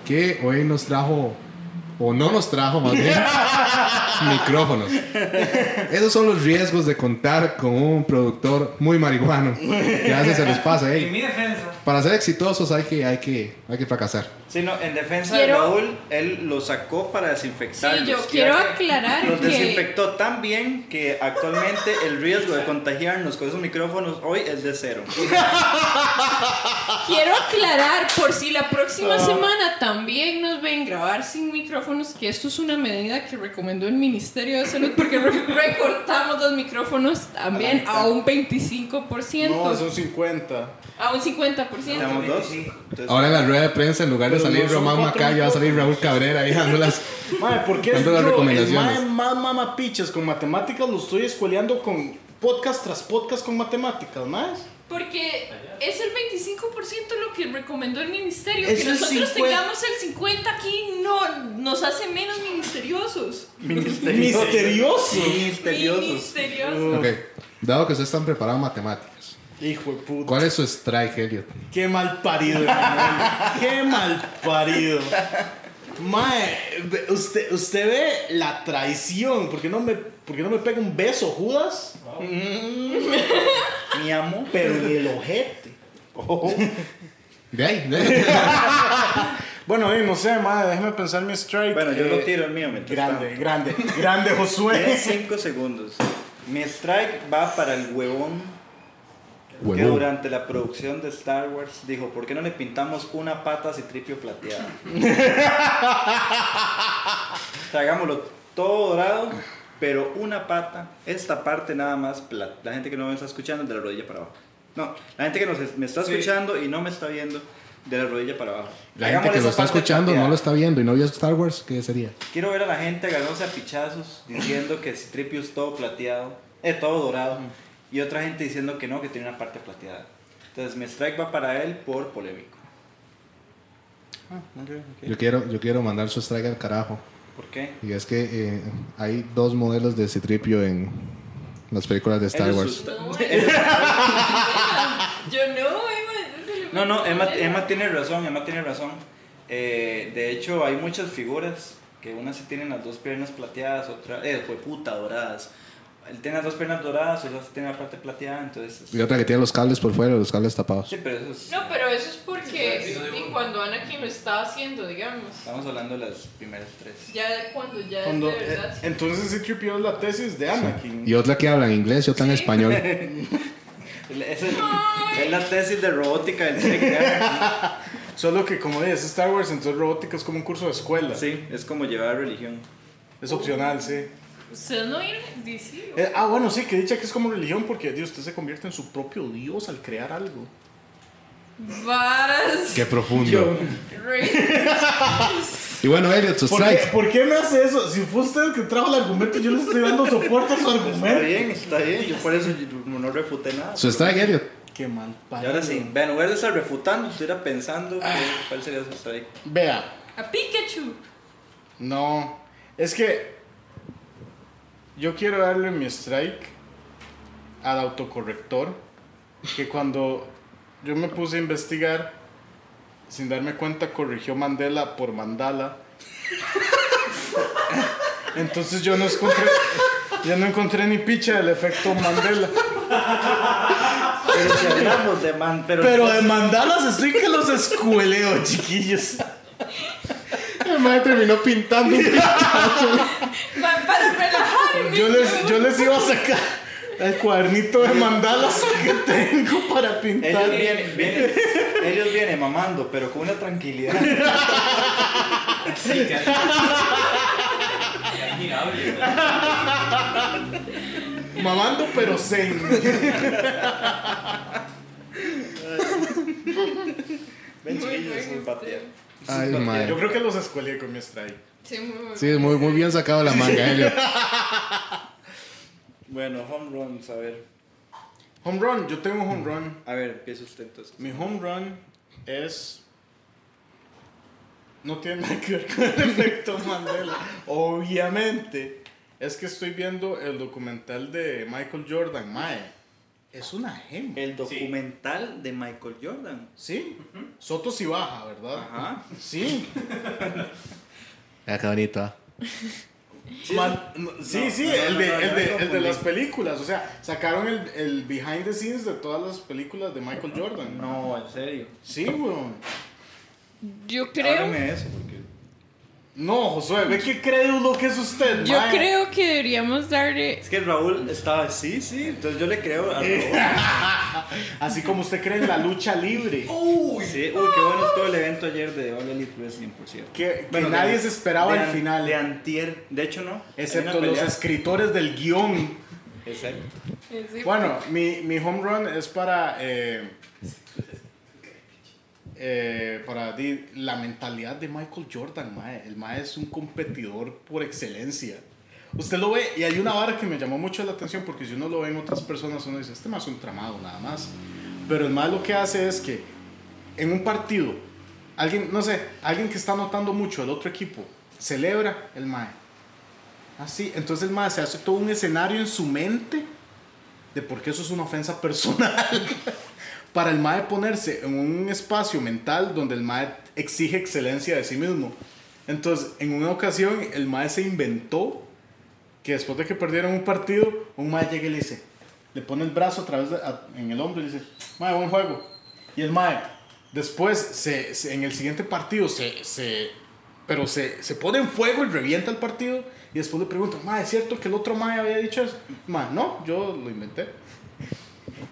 [SPEAKER 4] que hoy nos trajo, o no nos trajo más bien, micrófonos. Esos son los riesgos de contar con un productor muy marihuano. Que a veces se les pasa,
[SPEAKER 5] En
[SPEAKER 4] ¿eh?
[SPEAKER 5] mi defensa,
[SPEAKER 4] Para ser exitosos hay que, hay que, hay que fracasar.
[SPEAKER 1] Sí, no, en defensa
[SPEAKER 3] Quiero-
[SPEAKER 1] de Raúl, él lo sacó para desinfectar.
[SPEAKER 3] Sí, yo quiero aclarar
[SPEAKER 1] Los
[SPEAKER 3] que-
[SPEAKER 1] desinfectó tan bien que actualmente el riesgo de contagiarnos con esos micrófonos hoy es de cero.
[SPEAKER 3] Quiero aclarar, por si la próxima semana también nos ven grabar sin micrófonos, que esto es una medida que recomendó el Ministerio de Salud, porque re- recortamos los micrófonos también a un 25%,
[SPEAKER 2] No, son 50.
[SPEAKER 3] a un 50%.
[SPEAKER 1] Tenemos dos. Entonces,
[SPEAKER 4] Ahora en la rueda de prensa, en lugar de
[SPEAKER 2] Pero
[SPEAKER 4] salir
[SPEAKER 2] no son
[SPEAKER 4] Román
[SPEAKER 2] cuatro
[SPEAKER 4] Macaya, va a salir Raúl Cabrera ahí dándolas.
[SPEAKER 2] Mae, ¿por qué
[SPEAKER 4] Tanto
[SPEAKER 2] yo,
[SPEAKER 4] las
[SPEAKER 2] el
[SPEAKER 4] recomendaciones.
[SPEAKER 2] mae más mamapichas con matemáticas, lo estoy escueleando con podcast tras podcast con matemáticas, más?
[SPEAKER 3] Porque es el 25% lo que recomendó el ministerio.
[SPEAKER 2] Es
[SPEAKER 3] que
[SPEAKER 2] el
[SPEAKER 3] nosotros
[SPEAKER 2] 50.
[SPEAKER 3] tengamos el 50% aquí no nos hace menos misteriosos.
[SPEAKER 2] Misterioso.
[SPEAKER 1] Misteriosos.
[SPEAKER 3] Misteriosos.
[SPEAKER 4] Ok, dado que ustedes están preparados en matemáticas,
[SPEAKER 2] Hijo de puta.
[SPEAKER 4] ¿cuál es su strike, Elliot?
[SPEAKER 2] Qué mal parido, Emanuel. Qué mal parido. Mae, ve- usted, usted ve la traición. ¿Por qué no me, por qué no me pega un beso, Judas?
[SPEAKER 1] Mi amor.
[SPEAKER 2] Pero en el ojete.
[SPEAKER 4] De ahí, de ahí.
[SPEAKER 2] Bueno, eh, no sé, mae, déjeme pensar mi strike.
[SPEAKER 1] Bueno, yo
[SPEAKER 2] Eh,
[SPEAKER 1] lo tiro el mío. mientras
[SPEAKER 2] Grande,
[SPEAKER 1] tanto.
[SPEAKER 2] grande, grande,
[SPEAKER 1] Tiene
[SPEAKER 2] Josué.
[SPEAKER 1] 5 segundos. Mi strike va para el huevón que
[SPEAKER 4] Huevón.
[SPEAKER 1] durante la producción de Star Wars dijo, ¿por qué no le pintamos una pata a Citripio plateada? Tragámoslo todo dorado, pero una pata, esta parte nada más, pla- la gente que no me está escuchando, de la rodilla para abajo. No, la gente que nos es- me está
[SPEAKER 5] Sí.
[SPEAKER 1] escuchando y no me está viendo, de la rodilla para abajo.
[SPEAKER 4] La gente
[SPEAKER 1] Hagámosle
[SPEAKER 4] que lo
[SPEAKER 1] esa
[SPEAKER 4] está
[SPEAKER 1] parte
[SPEAKER 4] escuchando no
[SPEAKER 1] plateada.
[SPEAKER 4] lo está viendo y no vio Star Wars, ¿qué sería?
[SPEAKER 1] Quiero ver a la gente agarrándose a pichazos diciendo que Citripio es todo plateado, eh, todo dorado, y otra gente diciendo que no, que tiene una parte plateada. Entonces, mi strike va para él por polémico.
[SPEAKER 4] Yo quiero, yo quiero mandar su strike al carajo.
[SPEAKER 1] ¿Por qué?
[SPEAKER 4] Y es que eh, hay dos modelos de Citripio en las películas de Star
[SPEAKER 1] Él es
[SPEAKER 4] Wars.
[SPEAKER 1] su-
[SPEAKER 3] No, Yo no, Emma. es el
[SPEAKER 1] No, no, Emma, Emma tiene razón, Emma tiene razón. Eh, de hecho, hay muchas figuras que unas sí tienen las dos piernas plateadas, otras, eh, fue puta, doradas. Él tiene las dos piernas doradas, otras tiene la parte plateada, entonces...
[SPEAKER 4] Y otra que tiene los cables por fuera, los cables tapados.
[SPEAKER 1] Sí, pero eso es...
[SPEAKER 3] No, pero eso es porque
[SPEAKER 5] Sí, claro, sí,
[SPEAKER 3] y
[SPEAKER 5] sí.
[SPEAKER 3] cuando Anakin lo estaba haciendo, digamos.
[SPEAKER 1] Estamos hablando de las primeras tres.
[SPEAKER 3] Ya de- cuando ya
[SPEAKER 2] Cuando,
[SPEAKER 3] de
[SPEAKER 2] eh,
[SPEAKER 3] verdad.
[SPEAKER 2] entonces sí tripió la tesis de Anakin.
[SPEAKER 4] Y otra que habla en inglés y otra en
[SPEAKER 3] Sí.
[SPEAKER 4] español.
[SPEAKER 1] Es, el- es la tesis de robótica del cine que-
[SPEAKER 2] Solo que como es Star Wars, entonces robótica es como un curso de escuela.
[SPEAKER 1] Sí, es como llevar religión.
[SPEAKER 2] Es opcional, sí.
[SPEAKER 3] ¿Ustedes no vieron DC?
[SPEAKER 2] Eh, ah, bueno, sí, que dicha que es como religión porque Dios, usted se convierte en su propio Dios al crear algo.
[SPEAKER 3] Vas.
[SPEAKER 4] Qué profundo.
[SPEAKER 3] Rey.
[SPEAKER 4] Y bueno, Elliot, su
[SPEAKER 1] Pues
[SPEAKER 2] ¿Por qué,
[SPEAKER 4] strike.
[SPEAKER 2] por qué me hace eso? Si fue usted el que trajo el argumento, yo le estoy dando soporte a su
[SPEAKER 1] Pues Está
[SPEAKER 2] argumento.
[SPEAKER 1] bien, está bien. Yo por eso yo no refuté nada.
[SPEAKER 4] Su strike, Elliot.
[SPEAKER 2] Qué mal
[SPEAKER 1] Y
[SPEAKER 2] parido.
[SPEAKER 1] ahora sí, vean, en lugar de estar refutando, estuviera pensando que- cuál sería su strike.
[SPEAKER 2] Vea,
[SPEAKER 3] A Pikachu.
[SPEAKER 2] no. Es que yo quiero darle mi strike al autocorrector. Que cuando yo me puse a investigar, sin darme cuenta, corrigió Mandela por Mandala. Entonces yo no encontré, yo no encontré ni picha del efecto Mandela.
[SPEAKER 1] Pero si hablamos de man, pero,
[SPEAKER 2] Pero de mandalas estoy que los escueleo, chiquillos.
[SPEAKER 4] El madre terminó pintando un
[SPEAKER 3] Pa- para relajarme.
[SPEAKER 2] Yo les, yo les iba a sacar el cuadernito de mandalas que tengo para pintar.
[SPEAKER 1] ellos vienen, vienen- ellos vienen mamando, pero con una tranquilidad.
[SPEAKER 5] Sí, que- Qué admirable, ¿verdad?
[SPEAKER 2] Mamando pero zen.
[SPEAKER 1] Ven,
[SPEAKER 3] Muy
[SPEAKER 1] chiquillos, es
[SPEAKER 3] buen
[SPEAKER 1] un patear.
[SPEAKER 3] strike.
[SPEAKER 4] Ay,
[SPEAKER 2] Yo
[SPEAKER 4] madre.
[SPEAKER 2] creo que los escueleé con mi strike.
[SPEAKER 3] Sí, muy
[SPEAKER 4] Sí, muy, muy bien sacado la manga, Elliot.
[SPEAKER 1] Bueno, home runs, a ver.
[SPEAKER 2] Home run, yo tengo un home run.
[SPEAKER 1] A ver, empieza usted entonces.
[SPEAKER 2] Mi home run es. No tiene nada que ver con el efecto Mandela. Obviamente. Es que estoy viendo el documental de Michael Jordan. Mae. Es una gema.
[SPEAKER 1] El documental de Michael Jordan.
[SPEAKER 2] Sí. Soto si baja, ¿verdad?
[SPEAKER 1] Ajá.
[SPEAKER 2] Sí.
[SPEAKER 4] Ah, qué bonito. ah.
[SPEAKER 2] Man- no, sí,
[SPEAKER 1] No,
[SPEAKER 2] sí,
[SPEAKER 1] no, no,
[SPEAKER 2] el,
[SPEAKER 1] no,
[SPEAKER 2] de,
[SPEAKER 1] no,
[SPEAKER 2] el,
[SPEAKER 1] yo me
[SPEAKER 2] de, el de
[SPEAKER 1] confundí.
[SPEAKER 2] las películas. O sea, sacaron el, el behind the scenes de todas las películas de Michael Jordan.
[SPEAKER 1] No, en serio.
[SPEAKER 2] Sí, weón.
[SPEAKER 3] bueno. Yo creo.
[SPEAKER 1] Hábleme de eso, porque.
[SPEAKER 2] No, Josué, ve qué crédulo que es usted,
[SPEAKER 3] Yo
[SPEAKER 2] mae.
[SPEAKER 3] creo que deberíamos darle.
[SPEAKER 1] Es que Raúl estaba, sí, sí, entonces yo le creo a Raúl.
[SPEAKER 2] Así como usted cree en la lucha libre.
[SPEAKER 1] Uy, sí, uy, qué bueno estuvo el evento ayer de All Elite Wrestling, por cierto.
[SPEAKER 2] Que, que
[SPEAKER 1] Bueno,
[SPEAKER 2] nadie
[SPEAKER 1] de-
[SPEAKER 2] se esperaba
[SPEAKER 1] de
[SPEAKER 2] al
[SPEAKER 1] an-
[SPEAKER 2] final.
[SPEAKER 1] De antier, de hecho no. Hay
[SPEAKER 2] excepto
[SPEAKER 1] una
[SPEAKER 2] los
[SPEAKER 1] pelea.
[SPEAKER 2] escritores del guión.
[SPEAKER 1] Exacto.
[SPEAKER 3] Sí.
[SPEAKER 2] Bueno, mi, mi home run es para eh, eh, para di- la mentalidad de Michael Jordan, mae. El mae es un competidor por excelencia. Usted lo ve, y hay una vara que me llamó mucho la atención, porque si uno lo ve en otras personas, uno dice, este mae es un tramado, nada más. Pero el mae lo que hace es que en un partido, alguien, no sé, alguien que está anotando mucho el otro equipo, celebra el mae. Así, entonces el mae se hace todo un escenario en su mente de por qué eso es una ofensa personal. Para el mae ponerse en un espacio mental donde el mae exige excelencia de sí mismo. Entonces, en una ocasión, el mae se inventó que después de que perdieron un partido, un mae llega y le dice, le pone el brazo a través de- a- en el hombro y le dice, mae, buen juego. Y el mae, después, se, se- en el siguiente partido, se, se- pero se, se pone en fuego y revienta el partido. Y después le pregunta, mae, ¿es cierto que el otro mae había dicho eso? Mae, no, yo lo inventé.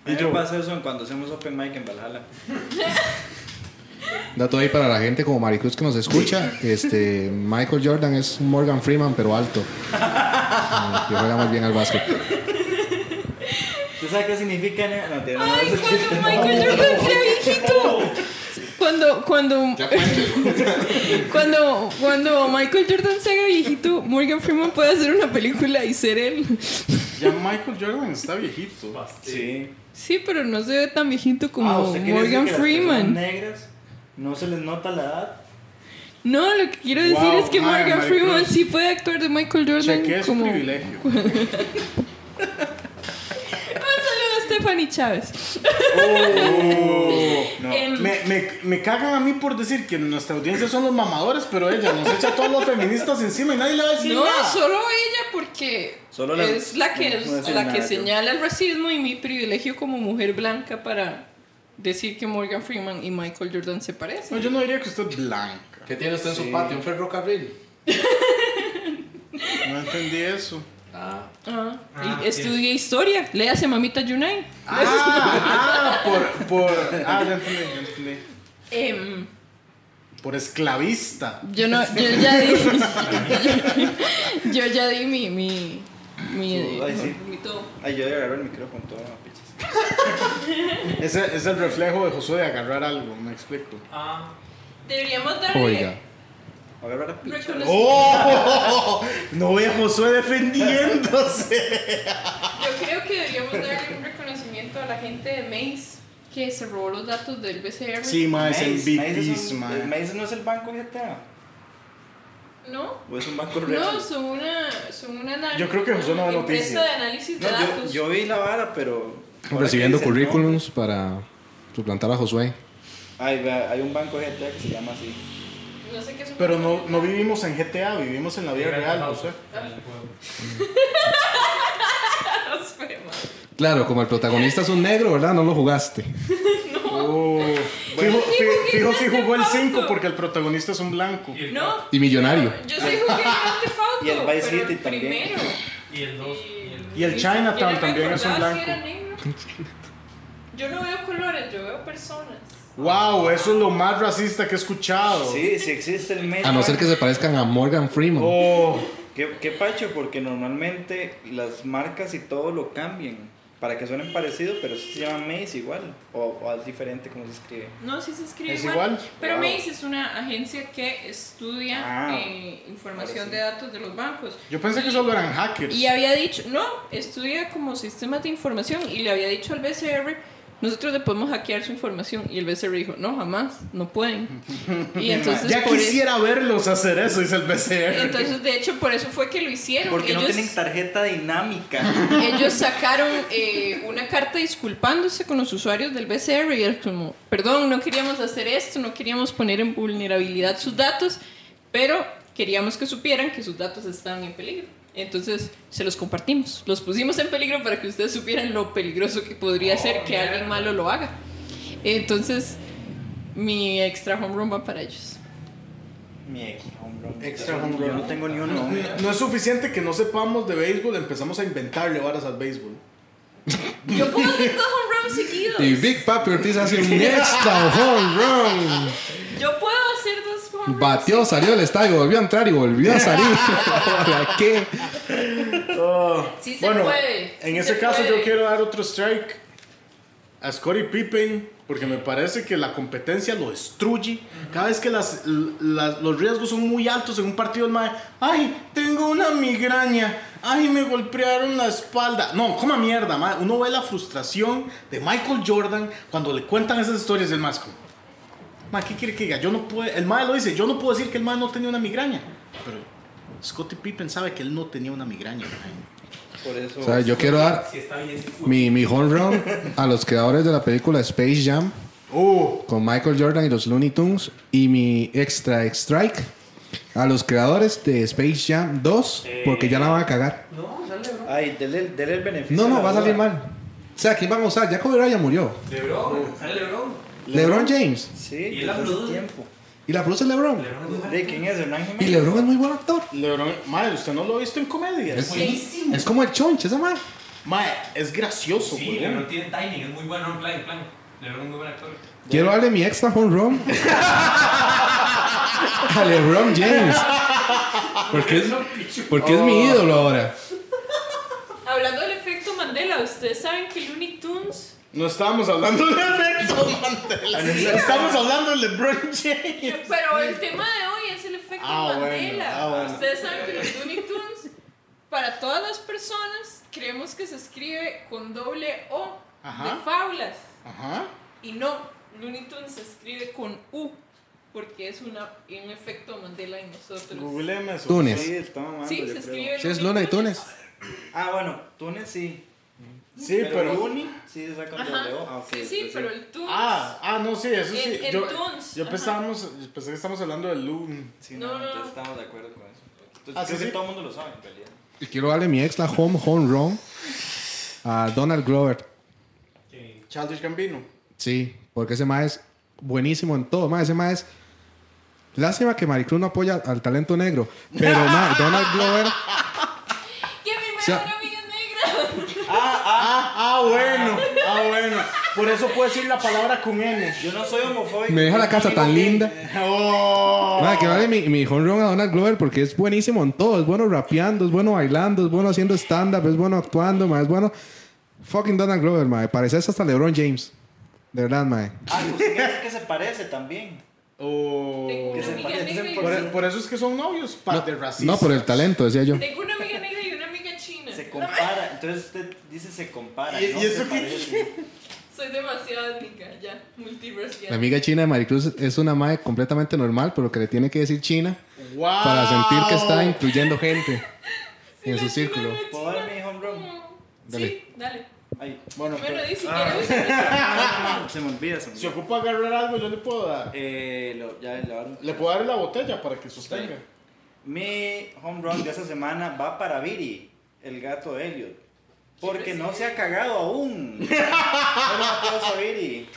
[SPEAKER 1] A mí me pasa eso cuando hacemos Open Mic en Valhalla.
[SPEAKER 4] Dato ahí para la gente como Maricruz que nos escucha. Este, Michael Jordan es un Morgan Freeman, pero alto. Ah, Que juega muy bien al básquet.
[SPEAKER 1] ¿Usted sabe qué significa? No, no, no,
[SPEAKER 3] Ay,
[SPEAKER 1] no, no.
[SPEAKER 3] cuando Michael Jordan sea viejito. Cuando, cuando, cuando, cuando Michael Jordan se haga viejito, Morgan Freeman puede hacer una película y ser él.
[SPEAKER 2] Ya Michael Jordan está viejito.
[SPEAKER 1] Sí.
[SPEAKER 3] Sí, pero no se ve tan viejito como
[SPEAKER 1] Ah, ¿usted quiere decir
[SPEAKER 3] Morgan
[SPEAKER 1] que las personas
[SPEAKER 3] Freeman.
[SPEAKER 1] negras no se les nota la edad?
[SPEAKER 3] No, lo que quiero decir
[SPEAKER 2] Wow,
[SPEAKER 3] es que
[SPEAKER 2] madre,
[SPEAKER 3] Morgan
[SPEAKER 2] Maricruz.
[SPEAKER 3] Freeman sí puede actuar de Michael Jordan
[SPEAKER 2] Cheque su
[SPEAKER 3] como.
[SPEAKER 2] privilegio.
[SPEAKER 3] Un saludo a Stephanie Chávez.
[SPEAKER 2] No.
[SPEAKER 3] Em.
[SPEAKER 2] Oh. Me, me, me cagan a mí por decir que nuestra audiencia son los mamadores, pero ella nos echa a todos los feministas encima y nadie le va a decir
[SPEAKER 3] No,
[SPEAKER 2] nada.
[SPEAKER 3] solo ella porque
[SPEAKER 1] Solo la-
[SPEAKER 3] es la que,
[SPEAKER 1] no, no
[SPEAKER 3] es
[SPEAKER 1] hace
[SPEAKER 3] la
[SPEAKER 1] nada,
[SPEAKER 3] que
[SPEAKER 1] yo.
[SPEAKER 3] señala el racismo y mi privilegio como mujer blanca para decir que Morgan Freeman y Michael Jordan se
[SPEAKER 2] No,
[SPEAKER 3] parecen.
[SPEAKER 2] yo no diría que usted es blanca.
[SPEAKER 6] ¿Qué tiene usted en su patio? ¿Un ferrocarril?
[SPEAKER 2] No entendí eso.
[SPEAKER 6] Ah.
[SPEAKER 3] Ah, y
[SPEAKER 5] Ah, sí.
[SPEAKER 3] estudié historia, léase Mamita Yunay.
[SPEAKER 2] Ah, ah, por, por. Ah, ya entendí, ya entendí.
[SPEAKER 3] Em,
[SPEAKER 2] Por esclavista.
[SPEAKER 3] yo no, yo ya di, yo ya di mi, mi, mi,
[SPEAKER 1] Su- ay, sí.
[SPEAKER 3] mi todo.
[SPEAKER 1] Ay, yo voy a agarrar el micrófono todo, no, piches.
[SPEAKER 2] Ese es el reflejo de Josué de agarrar algo, me explico.
[SPEAKER 5] Ah,
[SPEAKER 3] Deberíamos darle
[SPEAKER 4] Oiga.
[SPEAKER 1] A ver, ¿verdad?
[SPEAKER 3] reconocimiento.
[SPEAKER 2] ¡Oh! No ve a Josué defendiéndose.
[SPEAKER 3] Yo creo que deberíamos darle un reconocimiento a la gente de Mace que se robó los datos del BCR.
[SPEAKER 2] Sí, ma, Ah, es
[SPEAKER 1] Maze, Maze es
[SPEAKER 2] MVPs,
[SPEAKER 1] un-
[SPEAKER 2] ma.
[SPEAKER 1] el Maze no es el banco GTA.
[SPEAKER 3] ¿No?
[SPEAKER 1] ¿O es un banco real?
[SPEAKER 3] No, son una, son una anal-
[SPEAKER 2] Yo creo que José no ve
[SPEAKER 3] empresa
[SPEAKER 2] noticias.
[SPEAKER 3] de análisis de
[SPEAKER 1] No, yo,
[SPEAKER 3] datos.
[SPEAKER 1] yo vi la vara, pero. ahora
[SPEAKER 4] Recibiendo
[SPEAKER 1] que dicen, no.
[SPEAKER 4] currículums para suplantar a Josué.
[SPEAKER 1] Ay, vea, hay un banco GTA que se llama así.
[SPEAKER 3] No sé qué es un-
[SPEAKER 2] Pero no, no vivimos en GTA, vivimos en la vida real, Josué.
[SPEAKER 4] Claro, como el protagonista es un negro, ¿verdad? No lo jugaste.
[SPEAKER 2] Oh. Fijo, fi- fijo si jugó el
[SPEAKER 3] Theft
[SPEAKER 2] 5
[SPEAKER 3] Auto.
[SPEAKER 2] porque el protagonista es un blanco.
[SPEAKER 5] Y el
[SPEAKER 3] No.
[SPEAKER 4] Y millonario.
[SPEAKER 3] Yo sí jugué Grand Theft Auto,
[SPEAKER 1] Y el Vice
[SPEAKER 3] pero
[SPEAKER 1] City también.
[SPEAKER 3] primero.
[SPEAKER 5] Y el 2. Y el
[SPEAKER 2] Y el
[SPEAKER 3] Ni
[SPEAKER 2] Chinatown
[SPEAKER 3] siquiera
[SPEAKER 2] también es un
[SPEAKER 3] recordaba si
[SPEAKER 2] blanco.
[SPEAKER 3] era negro. Yo no veo colores, yo veo personas.
[SPEAKER 2] Wow, eso es lo más racista que he escuchado.
[SPEAKER 1] Sí, sí existe el Maze.
[SPEAKER 4] A no ser que
[SPEAKER 1] Bank.
[SPEAKER 4] se parezcan a Morgan Freeman.
[SPEAKER 2] Oh,
[SPEAKER 1] ¿Qué, qué pacho, porque normalmente las marcas y todo lo cambian para que suenen parecidos, pero sí se llama Maze igual. O, o es diferente como se escribe.
[SPEAKER 3] No, sí se escribe
[SPEAKER 2] ¿Es
[SPEAKER 3] igual.
[SPEAKER 2] igual?
[SPEAKER 3] Pero
[SPEAKER 1] Wow.
[SPEAKER 3] Mace es una agencia que estudia
[SPEAKER 1] Ah,
[SPEAKER 3] eh, información
[SPEAKER 1] ahora sí.
[SPEAKER 3] de datos de los bancos.
[SPEAKER 2] yo pensé que
[SPEAKER 3] Y-
[SPEAKER 2] solo eran hackers.
[SPEAKER 3] Y había dicho, no, estudia como sistemas de información y le había dicho al BCR, nosotros le podemos hackear su información. Y el BCR dijo, no, jamás, no pueden. Y entonces,
[SPEAKER 2] Ya
[SPEAKER 3] por eso-
[SPEAKER 2] quisiera verlos hacer eso, dice el BCR.
[SPEAKER 3] entonces, de hecho, por eso fue que lo hicieron.
[SPEAKER 1] Porque no
[SPEAKER 3] ellos,
[SPEAKER 1] tienen tarjeta dinámica.
[SPEAKER 3] ellos sacaron eh, una carta disculpándose con los usuarios del BCR y era como, perdón, no queríamos hacer esto, no queríamos poner en vulnerabilidad sus datos, pero queríamos que supieran que sus datos estaban en peligro. Entonces se los compartimos, los pusimos en peligro para que ustedes supieran lo peligroso que podría ser que alguien malo lo haga. Entonces, mi extra home run va para ellos.
[SPEAKER 1] Mi extra home run.
[SPEAKER 6] Extra home
[SPEAKER 1] Yo
[SPEAKER 6] run.
[SPEAKER 1] no tengo ni uno.
[SPEAKER 2] No, no es suficiente que no sepamos de béisbol, empezamos a inventarle varas al béisbol.
[SPEAKER 3] Yo puedo hacer dos home runs seguidos.
[SPEAKER 4] Y Big Papi Ortiz hace un extra home run.
[SPEAKER 3] Yo puedo hacer dos home runs.
[SPEAKER 4] Batió, salió del estadio, volvió a entrar y volvió a salir. ¿Para qué?
[SPEAKER 3] Sí se
[SPEAKER 2] bueno,
[SPEAKER 3] puede,
[SPEAKER 2] en
[SPEAKER 3] sí
[SPEAKER 2] ese
[SPEAKER 3] se
[SPEAKER 2] caso
[SPEAKER 3] puede.
[SPEAKER 2] yo quiero dar otro strike a Scottie Pippen porque me parece que la competencia lo destruye. Cada vez que las, las- los riesgos son muy altos en un partido, el mae, ay, tengo una migraña, ay, me golpearon la espalda. No, coma mierda, mae. Uno ve la frustración de Michael Jordan cuando le cuentan esas historias del más como, "Mae, ¿qué quiere que diga? Yo no puedo, el mae lo dice, yo no puedo decir que el mae no tenía una migraña. Pero Scottie Pippen sabe que él no tenía una migraña, mae.
[SPEAKER 1] Por eso.
[SPEAKER 4] O sea, yo quiero dar
[SPEAKER 5] Si está bien,
[SPEAKER 4] mi, mi home run a los creadores de la película Space Jam
[SPEAKER 2] Uh,
[SPEAKER 4] con Michael Jordan y los Looney Tunes y mi extra strike a los creadores de Space Jam 2 porque ya la van a cagar.
[SPEAKER 5] No, sale, bro.
[SPEAKER 1] Ay, dele, dele el beneficio.
[SPEAKER 4] No,
[SPEAKER 1] de
[SPEAKER 4] no,
[SPEAKER 1] la
[SPEAKER 4] va a salir
[SPEAKER 1] duda.
[SPEAKER 4] mal. O sea, ¿quién van a usar? Ya Kobe Bryant murió.
[SPEAKER 5] Lebron, sale Lebron.
[SPEAKER 4] LeBron James.
[SPEAKER 1] Sí,
[SPEAKER 5] Y él
[SPEAKER 1] desde
[SPEAKER 5] la
[SPEAKER 1] hace
[SPEAKER 5] produce.
[SPEAKER 1] tiempo.
[SPEAKER 4] Y la produce LeBron.
[SPEAKER 5] Lebron es
[SPEAKER 1] ¿De quién es? ¿Hernán
[SPEAKER 4] Y
[SPEAKER 1] Jiménez?
[SPEAKER 4] LeBron es muy buen actor.
[SPEAKER 2] LeBron, mae, usted no lo ha visto en comedias.
[SPEAKER 4] Es, es como el chonche, esa madre.
[SPEAKER 2] Mae, es gracioso,
[SPEAKER 5] Sí,
[SPEAKER 2] weón.
[SPEAKER 5] Lebron tiene timing, es muy bueno en plan, en plan. Lebron es muy buen actor.
[SPEAKER 4] Quiero darle mi extra home run a LeBron James. Oh. Porque es, porque es mi ídolo ahora.
[SPEAKER 3] Hablando del efecto Mandela, ustedes saben que Looney Tunes.
[SPEAKER 2] No estábamos hablando de efecto Mandela. Estamos hablando de LeBron James.
[SPEAKER 3] Pero el tema de hoy es el efecto
[SPEAKER 2] Ah, bueno,
[SPEAKER 3] Mandela.
[SPEAKER 2] ah, bueno.
[SPEAKER 3] Ustedes saben que los Looney Tunes, para todas las personas, creemos que se escribe con doble O
[SPEAKER 2] Ajá.
[SPEAKER 3] de fábulas.
[SPEAKER 2] Ajá.
[SPEAKER 3] Y no, Looney Tunes se escribe con U. Porque es una, un efecto Mandela en nosotros.
[SPEAKER 2] Googleeme eso.
[SPEAKER 4] Tunes.
[SPEAKER 1] Sí, está mamando,
[SPEAKER 3] Sí,
[SPEAKER 1] yo
[SPEAKER 3] se
[SPEAKER 1] creo.
[SPEAKER 3] escribe.
[SPEAKER 4] Sí, es
[SPEAKER 3] Looney
[SPEAKER 4] Luna y Tunes.
[SPEAKER 1] Ah, bueno, Túnez sí.
[SPEAKER 2] Sí, pero.
[SPEAKER 1] Uni sí se saca
[SPEAKER 3] Ajá.
[SPEAKER 1] doble O. Ah, ok,
[SPEAKER 3] sí, sí,
[SPEAKER 1] entonces-
[SPEAKER 3] pero el Tunes.
[SPEAKER 2] Ah, ah, no, sí, eso sí.
[SPEAKER 3] En- en
[SPEAKER 2] yo
[SPEAKER 3] Tunes,
[SPEAKER 2] yo
[SPEAKER 3] ajá.
[SPEAKER 2] pensábamos, pensé que estamos hablando de Loon.
[SPEAKER 1] Sí, no,
[SPEAKER 3] No, no,
[SPEAKER 1] entonces
[SPEAKER 3] no.
[SPEAKER 1] estamos de acuerdo con eso. Entonces,
[SPEAKER 2] Ah,
[SPEAKER 1] creo
[SPEAKER 2] sí,
[SPEAKER 1] que
[SPEAKER 2] sí.
[SPEAKER 1] todo el mundo lo sabe en realidad.
[SPEAKER 4] Y quiero darle mi extra home home run a Donald Glover.
[SPEAKER 5] Que
[SPEAKER 2] Childish Gambino.
[SPEAKER 4] Sí, porque ese mae es buenísimo en todo. Mae, ese mae es... Lástima que Maricruz no apoya al talento negro. Pero mae, Donald Glover...
[SPEAKER 3] Que mi mejor
[SPEAKER 4] sea-
[SPEAKER 3] amiga es negra.
[SPEAKER 2] Ah, ah, bueno. Ah, bueno. Por eso puedo decir la palabra con N.
[SPEAKER 1] Yo no soy homofóbico.
[SPEAKER 4] Me deja la casa tan linda.
[SPEAKER 2] Oh.
[SPEAKER 4] Mae, que darle mi, mi home run a Donald Glover porque es buenísimo en todo. Es bueno rapeando, es bueno bailando, es bueno haciendo stand-up, es bueno actuando, mae, es bueno... Fucking Donald Glover, mae. Pareces hasta LeBron James. De verdad, mae.
[SPEAKER 1] Ah, pues es que se parece también.
[SPEAKER 2] Oh.
[SPEAKER 3] Tengo
[SPEAKER 1] Que
[SPEAKER 3] una
[SPEAKER 1] se
[SPEAKER 3] amiga
[SPEAKER 1] parecen
[SPEAKER 3] negra y
[SPEAKER 1] por-
[SPEAKER 3] una-
[SPEAKER 2] Por, por eso es que son novios, par de racistas.
[SPEAKER 4] No, por el talento, decía yo.
[SPEAKER 3] Tengo una amiga negra y una amiga china.
[SPEAKER 1] Se compara. Entonces usted dice se compara.
[SPEAKER 2] ¿Y-
[SPEAKER 1] no
[SPEAKER 2] y
[SPEAKER 1] se
[SPEAKER 2] eso qué?
[SPEAKER 1] parece.
[SPEAKER 3] Soy demasiado étnica, ya,
[SPEAKER 4] La
[SPEAKER 3] multiversial.
[SPEAKER 4] amiga china de Maricruz es una mae completamente normal, pero que le tiene que decir China
[SPEAKER 2] Wow.
[SPEAKER 4] para sentir que está incluyendo gente en su círculo.
[SPEAKER 1] ¿Puedo dar mi home run?
[SPEAKER 4] Dale.
[SPEAKER 3] Sí, dale.
[SPEAKER 1] Ay,
[SPEAKER 2] Bueno,
[SPEAKER 3] Me lo
[SPEAKER 2] pero-
[SPEAKER 3] di si
[SPEAKER 1] Ah.
[SPEAKER 3] quieres. usar.
[SPEAKER 1] se me olvida, se me
[SPEAKER 2] si
[SPEAKER 1] olvida.
[SPEAKER 2] ocupa agarrar algo, yo le puedo dar.
[SPEAKER 1] Eh, lo- ya le daron.
[SPEAKER 2] Le puedo dar la botella para que sostenga.
[SPEAKER 1] Mi home run de esta semana va para Viri, el gato de Elliot. Porque no se ha cagado aún. Un aplauso a Viri.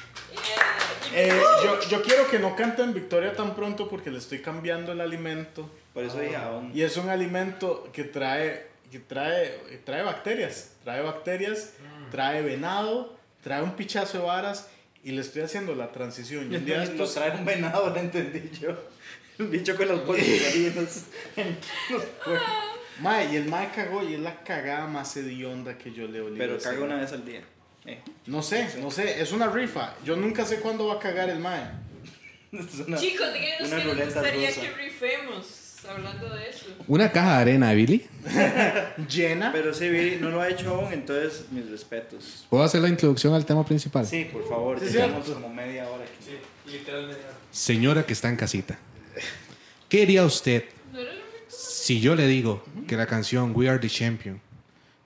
[SPEAKER 2] Eh, yo, yo quiero que no canten Victoria tan pronto porque le estoy cambiando el alimento.
[SPEAKER 1] Por eso dije aún.
[SPEAKER 2] Y es un alimento que trae, que trae, trae bacterias. Trae bacterias, trae venado, trae un pichazo de varas y le estoy haciendo la transición. Y un día de
[SPEAKER 1] Lo
[SPEAKER 2] estos-
[SPEAKER 1] trae un venado, lo entendí yo. Un bicho con los policías.
[SPEAKER 2] Mae, y el mae cagó y es la cagada más hedionda que yo le olí.
[SPEAKER 1] Pero
[SPEAKER 2] Ese
[SPEAKER 1] caga una
[SPEAKER 2] mae.
[SPEAKER 1] vez al día. Eh,
[SPEAKER 2] No sé, no sé, es una rifa. Yo nunca sé cuándo va a cagar el mae.
[SPEAKER 1] es una-
[SPEAKER 3] Chicos, díganos
[SPEAKER 1] una
[SPEAKER 3] que nos
[SPEAKER 1] ruleta
[SPEAKER 3] gustaría
[SPEAKER 1] rusa.
[SPEAKER 3] que rifemos hablando de eso.
[SPEAKER 4] Una caja de arena, Billy.
[SPEAKER 2] Llena.
[SPEAKER 1] Pero sí, Viri no lo ha hecho aún, entonces mis respetos.
[SPEAKER 4] ¿Puedo hacer la introducción al tema principal?
[SPEAKER 1] Sí, por favor,
[SPEAKER 2] Sí,
[SPEAKER 1] llevamos como media hora aquí.
[SPEAKER 5] Sí, literalmente.
[SPEAKER 4] Señora que está en casita, ¿qué haría usted
[SPEAKER 3] No era lo mismo.
[SPEAKER 4] si yo le digo que la canción We Are the Champion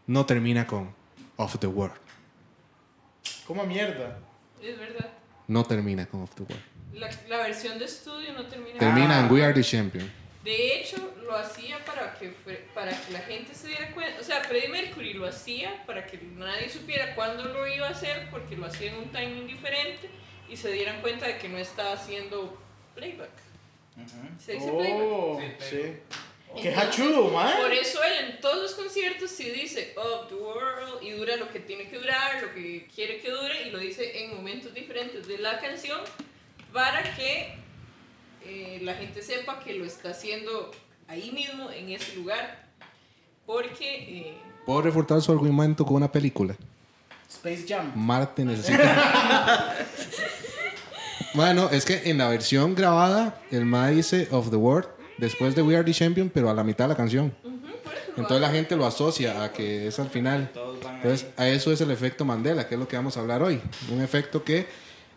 [SPEAKER 4] no termina con Of the World?
[SPEAKER 2] Coma mierda.
[SPEAKER 3] Es verdad.
[SPEAKER 4] No termina con Of the World.
[SPEAKER 3] La, la versión de estudio no termina.
[SPEAKER 4] Termina en We Are the Champion.
[SPEAKER 3] De hecho, lo hacía para que, fue- para que la gente se diera cuenta. O sea, Freddie Mercury lo hacía para que nadie supiera cuándo lo iba a hacer, porque lo hacía en un timing diferente y se dieran cuenta de que no estaba haciendo playback. Se dice playback.
[SPEAKER 2] Oh,
[SPEAKER 5] playback. Sí,
[SPEAKER 2] sí. Qué
[SPEAKER 3] Entonces,
[SPEAKER 2] hachudo,
[SPEAKER 3] Por
[SPEAKER 2] mae.
[SPEAKER 3] eso él en todos los conciertos sí dice Of the World y dura lo que tiene que durar, lo que quiere que dure y lo dice en momentos diferentes de la canción para que eh, la gente sepa que lo está haciendo ahí mismo, en ese lugar. Porque eh,
[SPEAKER 4] ¿Puedo refutar su argumento con una película?
[SPEAKER 6] Space Jam.
[SPEAKER 4] Marte necesita. bueno, es que en la versión grabada, el ma dice Of the World después de We Are the Champion, pero a la mitad de la canción. Entonces la gente lo asocia a que es al final.
[SPEAKER 1] Todos van
[SPEAKER 4] Entonces, a eso es el efecto Mandela, que es lo que vamos a hablar hoy. Un efecto que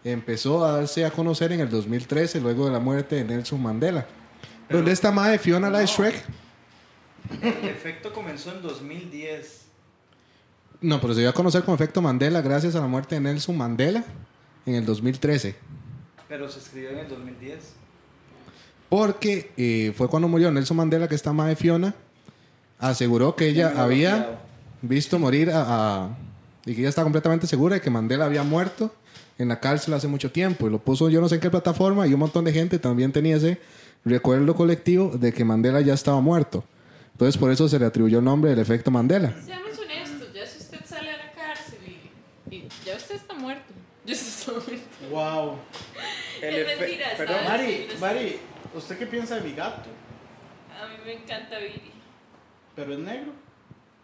[SPEAKER 4] empezó a darse a conocer en el 2013, luego de la muerte de Nelson Mandela. ¿Dónde está madre Fiona la de Shrek?
[SPEAKER 1] El efecto comenzó en 2010.
[SPEAKER 4] No, pero se dio a conocer como efecto Mandela gracias a la muerte de Nelson Mandela en el 2013.
[SPEAKER 1] Pero se escribió en el 2010.
[SPEAKER 4] Porque eh, fue cuando murió Nelson Mandela que esta madre Fiona aseguró que
[SPEAKER 1] Ya me
[SPEAKER 4] ella
[SPEAKER 1] lo
[SPEAKER 4] había
[SPEAKER 1] bloqueado.
[SPEAKER 4] visto morir a, a- y que ella estaba completamente segura de que Mandela había muerto en la cárcel hace mucho tiempo y lo puso yo no sé en qué plataforma y un montón de gente también tenía ese recuerdo colectivo de que Mandela ya estaba muerto. Entonces por eso se le atribuyó el nombre del efecto Mandela.
[SPEAKER 3] Seamos honestos, ya si usted sale a la cárcel y, y ya usted está muerto. Ya usted está muerto.
[SPEAKER 6] Wow.
[SPEAKER 1] El
[SPEAKER 3] Es
[SPEAKER 1] efe-
[SPEAKER 3] mentira, está-
[SPEAKER 1] perdón,
[SPEAKER 6] Mari, Mari, ¿usted qué piensa de mi gato?
[SPEAKER 3] A mí me encanta Billy,
[SPEAKER 6] Pero es negro.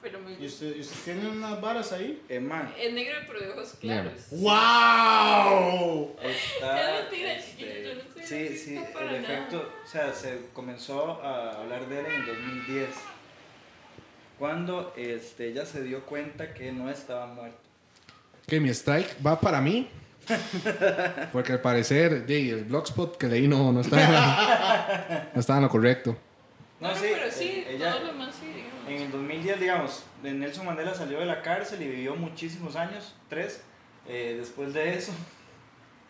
[SPEAKER 3] pero me
[SPEAKER 6] ¿Y usted, y usted tiene unas varas ahí?
[SPEAKER 1] Emma
[SPEAKER 3] Es negro pero de ojos claros.
[SPEAKER 6] ¡Wow!
[SPEAKER 1] está.
[SPEAKER 3] Es mentira, chiquillo, yo no soy
[SPEAKER 1] este, sí,
[SPEAKER 3] racista
[SPEAKER 1] sí,
[SPEAKER 3] para
[SPEAKER 1] el
[SPEAKER 3] nada.
[SPEAKER 1] efecto. O sea, se comenzó a hablar de él en el 2010. Cuando este, ella se dio cuenta que no estaba muerto.
[SPEAKER 4] Que mi strike va para mí. Porque al parecer, di, el blogspot que leí no, no estaba en la- no estaba en lo correcto.
[SPEAKER 3] No, no, pero sí,
[SPEAKER 1] eh, ella-
[SPEAKER 3] todo lo más sí, digamos.
[SPEAKER 1] En el 2010, digamos, de Nelson Mandela salió de la cárcel y vivió muchísimos años, tres, eh, después de eso.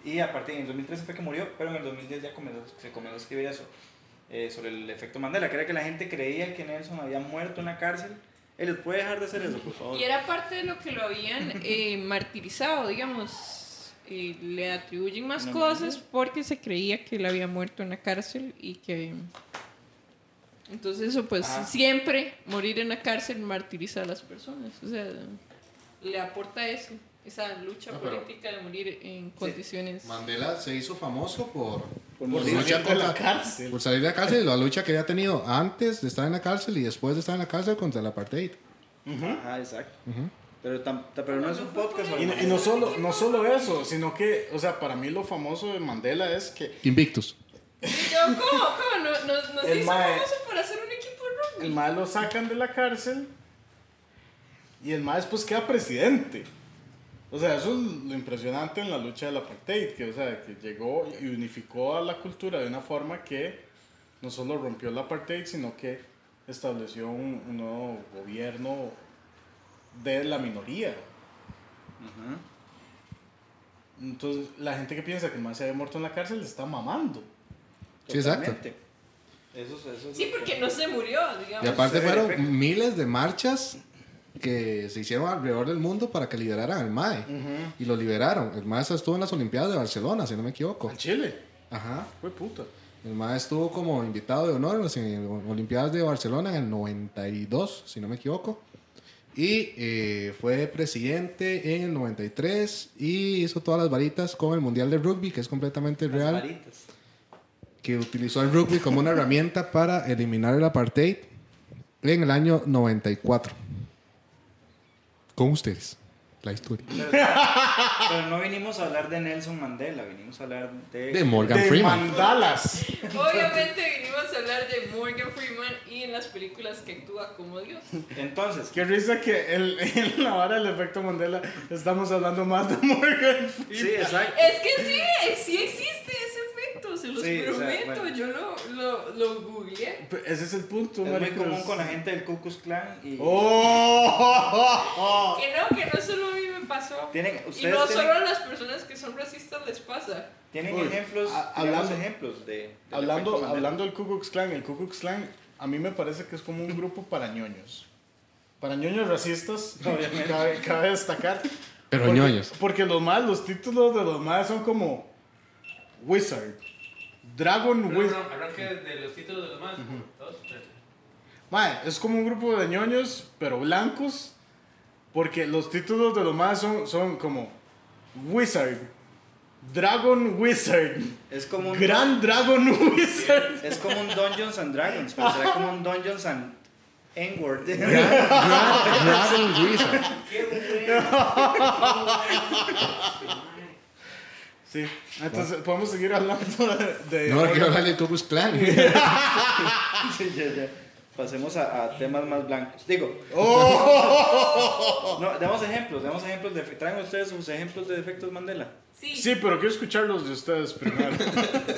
[SPEAKER 1] Y a partir en el 2013 fue que murió, pero en el 2010 ya comenzó, se comenzó a escribir eso, eh, sobre el efecto Mandela, que era que la gente creía que Nelson había muerto en la cárcel. Eh, ¿Les puede dejar de hacer eso, por favor?
[SPEAKER 3] Y era parte de lo que lo habían eh, martirizado, digamos. Y le atribuyen más
[SPEAKER 1] No,
[SPEAKER 3] cosas porque se creía que él había muerto en la cárcel y que... Entonces eso pues
[SPEAKER 1] Ah.
[SPEAKER 3] siempre morir en la cárcel martiriza a las personas. O sea, le aporta eso, esa lucha
[SPEAKER 4] Ah, pero-
[SPEAKER 3] política de morir en condiciones...
[SPEAKER 4] Mandela se hizo famoso por,
[SPEAKER 1] Por
[SPEAKER 4] por
[SPEAKER 1] morir
[SPEAKER 4] luchar
[SPEAKER 6] Saliendo de la
[SPEAKER 4] contra-
[SPEAKER 6] cárcel.
[SPEAKER 4] por salir de la cárcel y la lucha que había tenido antes de estar en la cárcel y después de estar en la cárcel contra el apartheid.
[SPEAKER 1] Ajá, Ah, exacto. pero, tam- ta- pero no es un podcast.
[SPEAKER 2] Y,
[SPEAKER 1] ¿no?
[SPEAKER 2] y no, solo, no solo eso, sino que, o sea, para mí lo famoso de Mandela es que
[SPEAKER 4] Invictus.
[SPEAKER 3] Y yo, ¿cómo? ¿Cómo? No, no- nos
[SPEAKER 2] El
[SPEAKER 3] hizo
[SPEAKER 2] mae-
[SPEAKER 3] famoso para hacer un equipo de
[SPEAKER 2] el
[SPEAKER 3] rugby.
[SPEAKER 2] mal lo sacan de la cárcel y el mal después queda presidente. O sea, eso es lo impresionante en la lucha del apartheid, que, o sea, que llegó y unificó a la cultura de una forma que no solo rompió el apartheid, sino que estableció un, un nuevo gobierno de la minoría.
[SPEAKER 1] Ajá.
[SPEAKER 2] Entonces, la gente que piensa que el mal se había muerto en la cárcel está mamando.
[SPEAKER 4] Sí, exacto.
[SPEAKER 1] Totalmente. Eso, es- eso es
[SPEAKER 3] Sí,
[SPEAKER 1] lo que-
[SPEAKER 3] porque no se murió, digamos.
[SPEAKER 4] Y aparte
[SPEAKER 1] Sí,
[SPEAKER 6] eh,
[SPEAKER 1] perfecto.
[SPEAKER 4] fueron miles de marchas que se hicieron alrededor del mundo para que liberaran al MAE. Y lo liberaron. El MAE estuvo en las Olimpiadas de Barcelona, si no me equivoco.
[SPEAKER 2] En Chile,
[SPEAKER 4] Ajá.
[SPEAKER 2] fue puta.
[SPEAKER 4] El MAE estuvo como invitado de honor en las eh, Olimpiadas de Barcelona en el 92, si no me equivoco. Y eh, fue presidente en el 93 y hizo todas las varitas con el Mundial de Rugby, que es completamente
[SPEAKER 1] Las
[SPEAKER 4] real,
[SPEAKER 1] varitas.
[SPEAKER 4] que utilizó el rugby como una herramienta para eliminar el apartheid en el año 94. Con ustedes, la historia.
[SPEAKER 1] Pero no vinimos a hablar de Nelson Mandela, vinimos a hablar de...
[SPEAKER 4] De Morgan
[SPEAKER 2] De
[SPEAKER 4] Freeman.
[SPEAKER 2] mandalas.
[SPEAKER 3] Obviamente vinimos a hablar de Morgan Freeman y en las películas que actúa como Dios.
[SPEAKER 1] Entonces,
[SPEAKER 2] Qué risa que el, en la hora del efecto Mandela estamos hablando más de Morgan Freeman.
[SPEAKER 1] sí, exacto.
[SPEAKER 3] Es que sí, sí existe ese efecto, se los
[SPEAKER 1] Sí, o sea,
[SPEAKER 3] prometo.
[SPEAKER 1] bueno.
[SPEAKER 3] Yo lo, lo, lo googleé.
[SPEAKER 2] Pe- Ese es el punto,
[SPEAKER 1] Es muy
[SPEAKER 2] maricos.
[SPEAKER 1] común con la gente del Ku Klux Klan y...
[SPEAKER 2] ¡Oh!
[SPEAKER 3] Que no, que no solo a mí me pasó.
[SPEAKER 1] Tienen,
[SPEAKER 3] Y
[SPEAKER 1] ustedes
[SPEAKER 3] no
[SPEAKER 1] tienen,
[SPEAKER 3] solo a las personas que son racistas les pasa.
[SPEAKER 1] tienen
[SPEAKER 2] Uy,
[SPEAKER 1] ejemplos,
[SPEAKER 2] a-
[SPEAKER 1] hablamos
[SPEAKER 2] hablando-
[SPEAKER 1] ejemplos de... del efecto
[SPEAKER 2] Hablando,
[SPEAKER 1] Mandela.
[SPEAKER 2] hablando del Ku Klux Klan, el Ku Klux Klan a mí me parece que es como un grupo para ñoños. Para ñoños racistas,
[SPEAKER 1] Obviamente.
[SPEAKER 2] cabe, cabe destacar.
[SPEAKER 4] Pero
[SPEAKER 2] porque,
[SPEAKER 4] ñoños.
[SPEAKER 2] Porque los más, los títulos de los más son como Wizard, Dragon
[SPEAKER 5] Pero
[SPEAKER 2] Wizard.
[SPEAKER 5] no, Arranque de los títulos de los más. Dos, tres.
[SPEAKER 2] Mae, es como un grupo de ñoños, pero blancos. Porque los títulos de los más son, son como Wizard, Dragon Wizard,
[SPEAKER 1] Es como un...
[SPEAKER 2] Grand Dragon Wizard.
[SPEAKER 1] Es como un Dungeons and Dragons, pero será como un Dungeons and... N-word.
[SPEAKER 4] Gran- Gran- Dragon Wizard.
[SPEAKER 5] Qué
[SPEAKER 2] Sí, entonces podemos seguir hablando de. de-
[SPEAKER 4] No, ahora quiero hablar del Ku Klux Klan.
[SPEAKER 1] Sí, ya, ya. Pasemos a, a temas más blancos. Digo.
[SPEAKER 2] Oh.
[SPEAKER 1] No, demos ejemplos, demos ejemplos de. Traen ustedes sus ejemplos de efectos Mandela.
[SPEAKER 3] Sí.
[SPEAKER 7] Sí, pero quiero escuchar los de ustedes primero.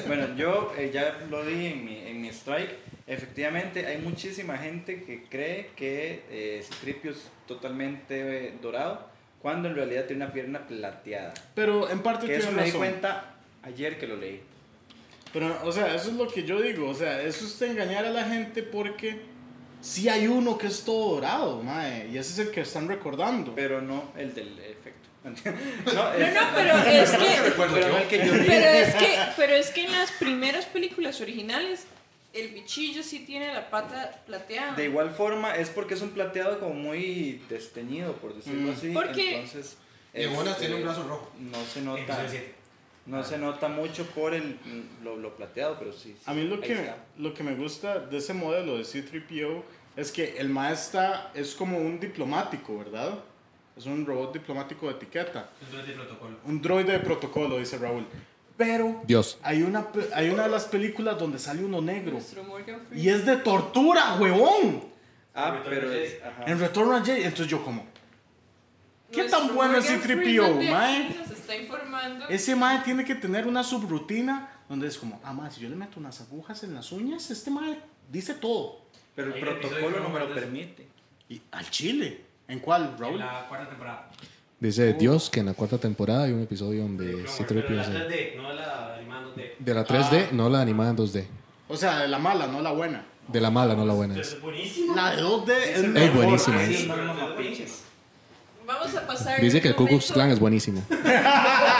[SPEAKER 1] Bueno, yo eh, ya lo dije en mi, en mi strike. Efectivamente, hay muchísima gente que cree que eh, Citripio es totalmente eh, dorado, cuando en realidad tiene una pierna plateada.
[SPEAKER 2] Pero en parte
[SPEAKER 1] Que eso
[SPEAKER 2] tiene
[SPEAKER 1] me di
[SPEAKER 2] razón.
[SPEAKER 1] cuenta ayer que lo leí.
[SPEAKER 2] Pero, o sea, eso es lo que yo digo. O sea, eso es engañar a la gente porque sí hay uno que es todo dorado, mae. Y ese es el que están recordando.
[SPEAKER 1] Pero no el del efecto. no,
[SPEAKER 3] No,
[SPEAKER 1] es-
[SPEAKER 3] no, pero es que.
[SPEAKER 4] recuerdo
[SPEAKER 1] pero no el que yo vi.
[SPEAKER 3] Pero es que, pero es que en las primeras películas originales, el bichillo sí tiene la pata plateada.
[SPEAKER 1] De igual forma, es porque es un plateado como muy desteñido, por decirlo así.
[SPEAKER 3] ¿Por qué?
[SPEAKER 1] Entonces,
[SPEAKER 8] Y Bonas
[SPEAKER 1] este,
[SPEAKER 8] tiene un brazo rojo.
[SPEAKER 1] No se
[SPEAKER 5] Episodio
[SPEAKER 1] nota.
[SPEAKER 5] siete.
[SPEAKER 1] No se nota mucho por el, lo, lo plateado, pero sí. sí,
[SPEAKER 2] A mí lo
[SPEAKER 1] ahí
[SPEAKER 2] que,
[SPEAKER 1] está.
[SPEAKER 2] lo que me gusta de ese modelo de C3PO es que el maestra es como un diplomático, ¿verdad? Es un robot diplomático de etiqueta.
[SPEAKER 5] Entonces, de protocolo.
[SPEAKER 2] Un droide de protocolo, dice Raúl. Pero
[SPEAKER 4] Dios.
[SPEAKER 2] hay una, pe- hay una de las películas donde sale uno negro.
[SPEAKER 3] Nuestro Morgan Freeman.
[SPEAKER 2] Y es de tortura, huevón.
[SPEAKER 1] Ah,
[SPEAKER 5] Retorno
[SPEAKER 1] pero
[SPEAKER 5] de
[SPEAKER 1] es.
[SPEAKER 5] Jedi.
[SPEAKER 1] ajá.
[SPEAKER 2] En Retorno a Jedi. Entonces yo como, ¿qué
[SPEAKER 3] Nuestro
[SPEAKER 2] tan bueno es
[SPEAKER 3] Morgan
[SPEAKER 2] C-3PO,
[SPEAKER 3] Freeman de
[SPEAKER 2] mae?
[SPEAKER 3] aquí Nos está informando.
[SPEAKER 2] ese mae tiene que tener una subrutina donde es como, ah, mae, si yo le meto unas agujas en las uñas, este mae dice todo.
[SPEAKER 1] Pero el
[SPEAKER 5] Hay un episodio
[SPEAKER 1] protocolo
[SPEAKER 5] que
[SPEAKER 1] no me
[SPEAKER 5] no
[SPEAKER 1] lo
[SPEAKER 5] guardas.
[SPEAKER 1] permite.
[SPEAKER 2] Y al chile. ¿En cuál,
[SPEAKER 5] En
[SPEAKER 2] Raúl?
[SPEAKER 5] la cuarta temporada.
[SPEAKER 4] Dice Dios que en la cuarta temporada hay un episodio donde
[SPEAKER 5] Clone Wars, pero
[SPEAKER 4] C-3PO
[SPEAKER 5] la
[SPEAKER 4] se-
[SPEAKER 5] 3D, no la animando de.
[SPEAKER 4] De la 3D, no la animada en 2D.
[SPEAKER 2] O sea, de la mala, no la buena.
[SPEAKER 4] De la mala, no la buena.
[SPEAKER 5] Es buenísimo.
[SPEAKER 2] La de 2D es
[SPEAKER 1] Es
[SPEAKER 2] mejor.
[SPEAKER 4] buenísima.
[SPEAKER 5] Sí,
[SPEAKER 1] Sí,
[SPEAKER 5] pero
[SPEAKER 1] no, no, no,
[SPEAKER 5] es buenísimo.
[SPEAKER 1] pinches.
[SPEAKER 3] Vamos a pasar.
[SPEAKER 4] Dice que el
[SPEAKER 3] un
[SPEAKER 4] Ku Klux
[SPEAKER 3] momento.
[SPEAKER 4] Klan es buenísimo.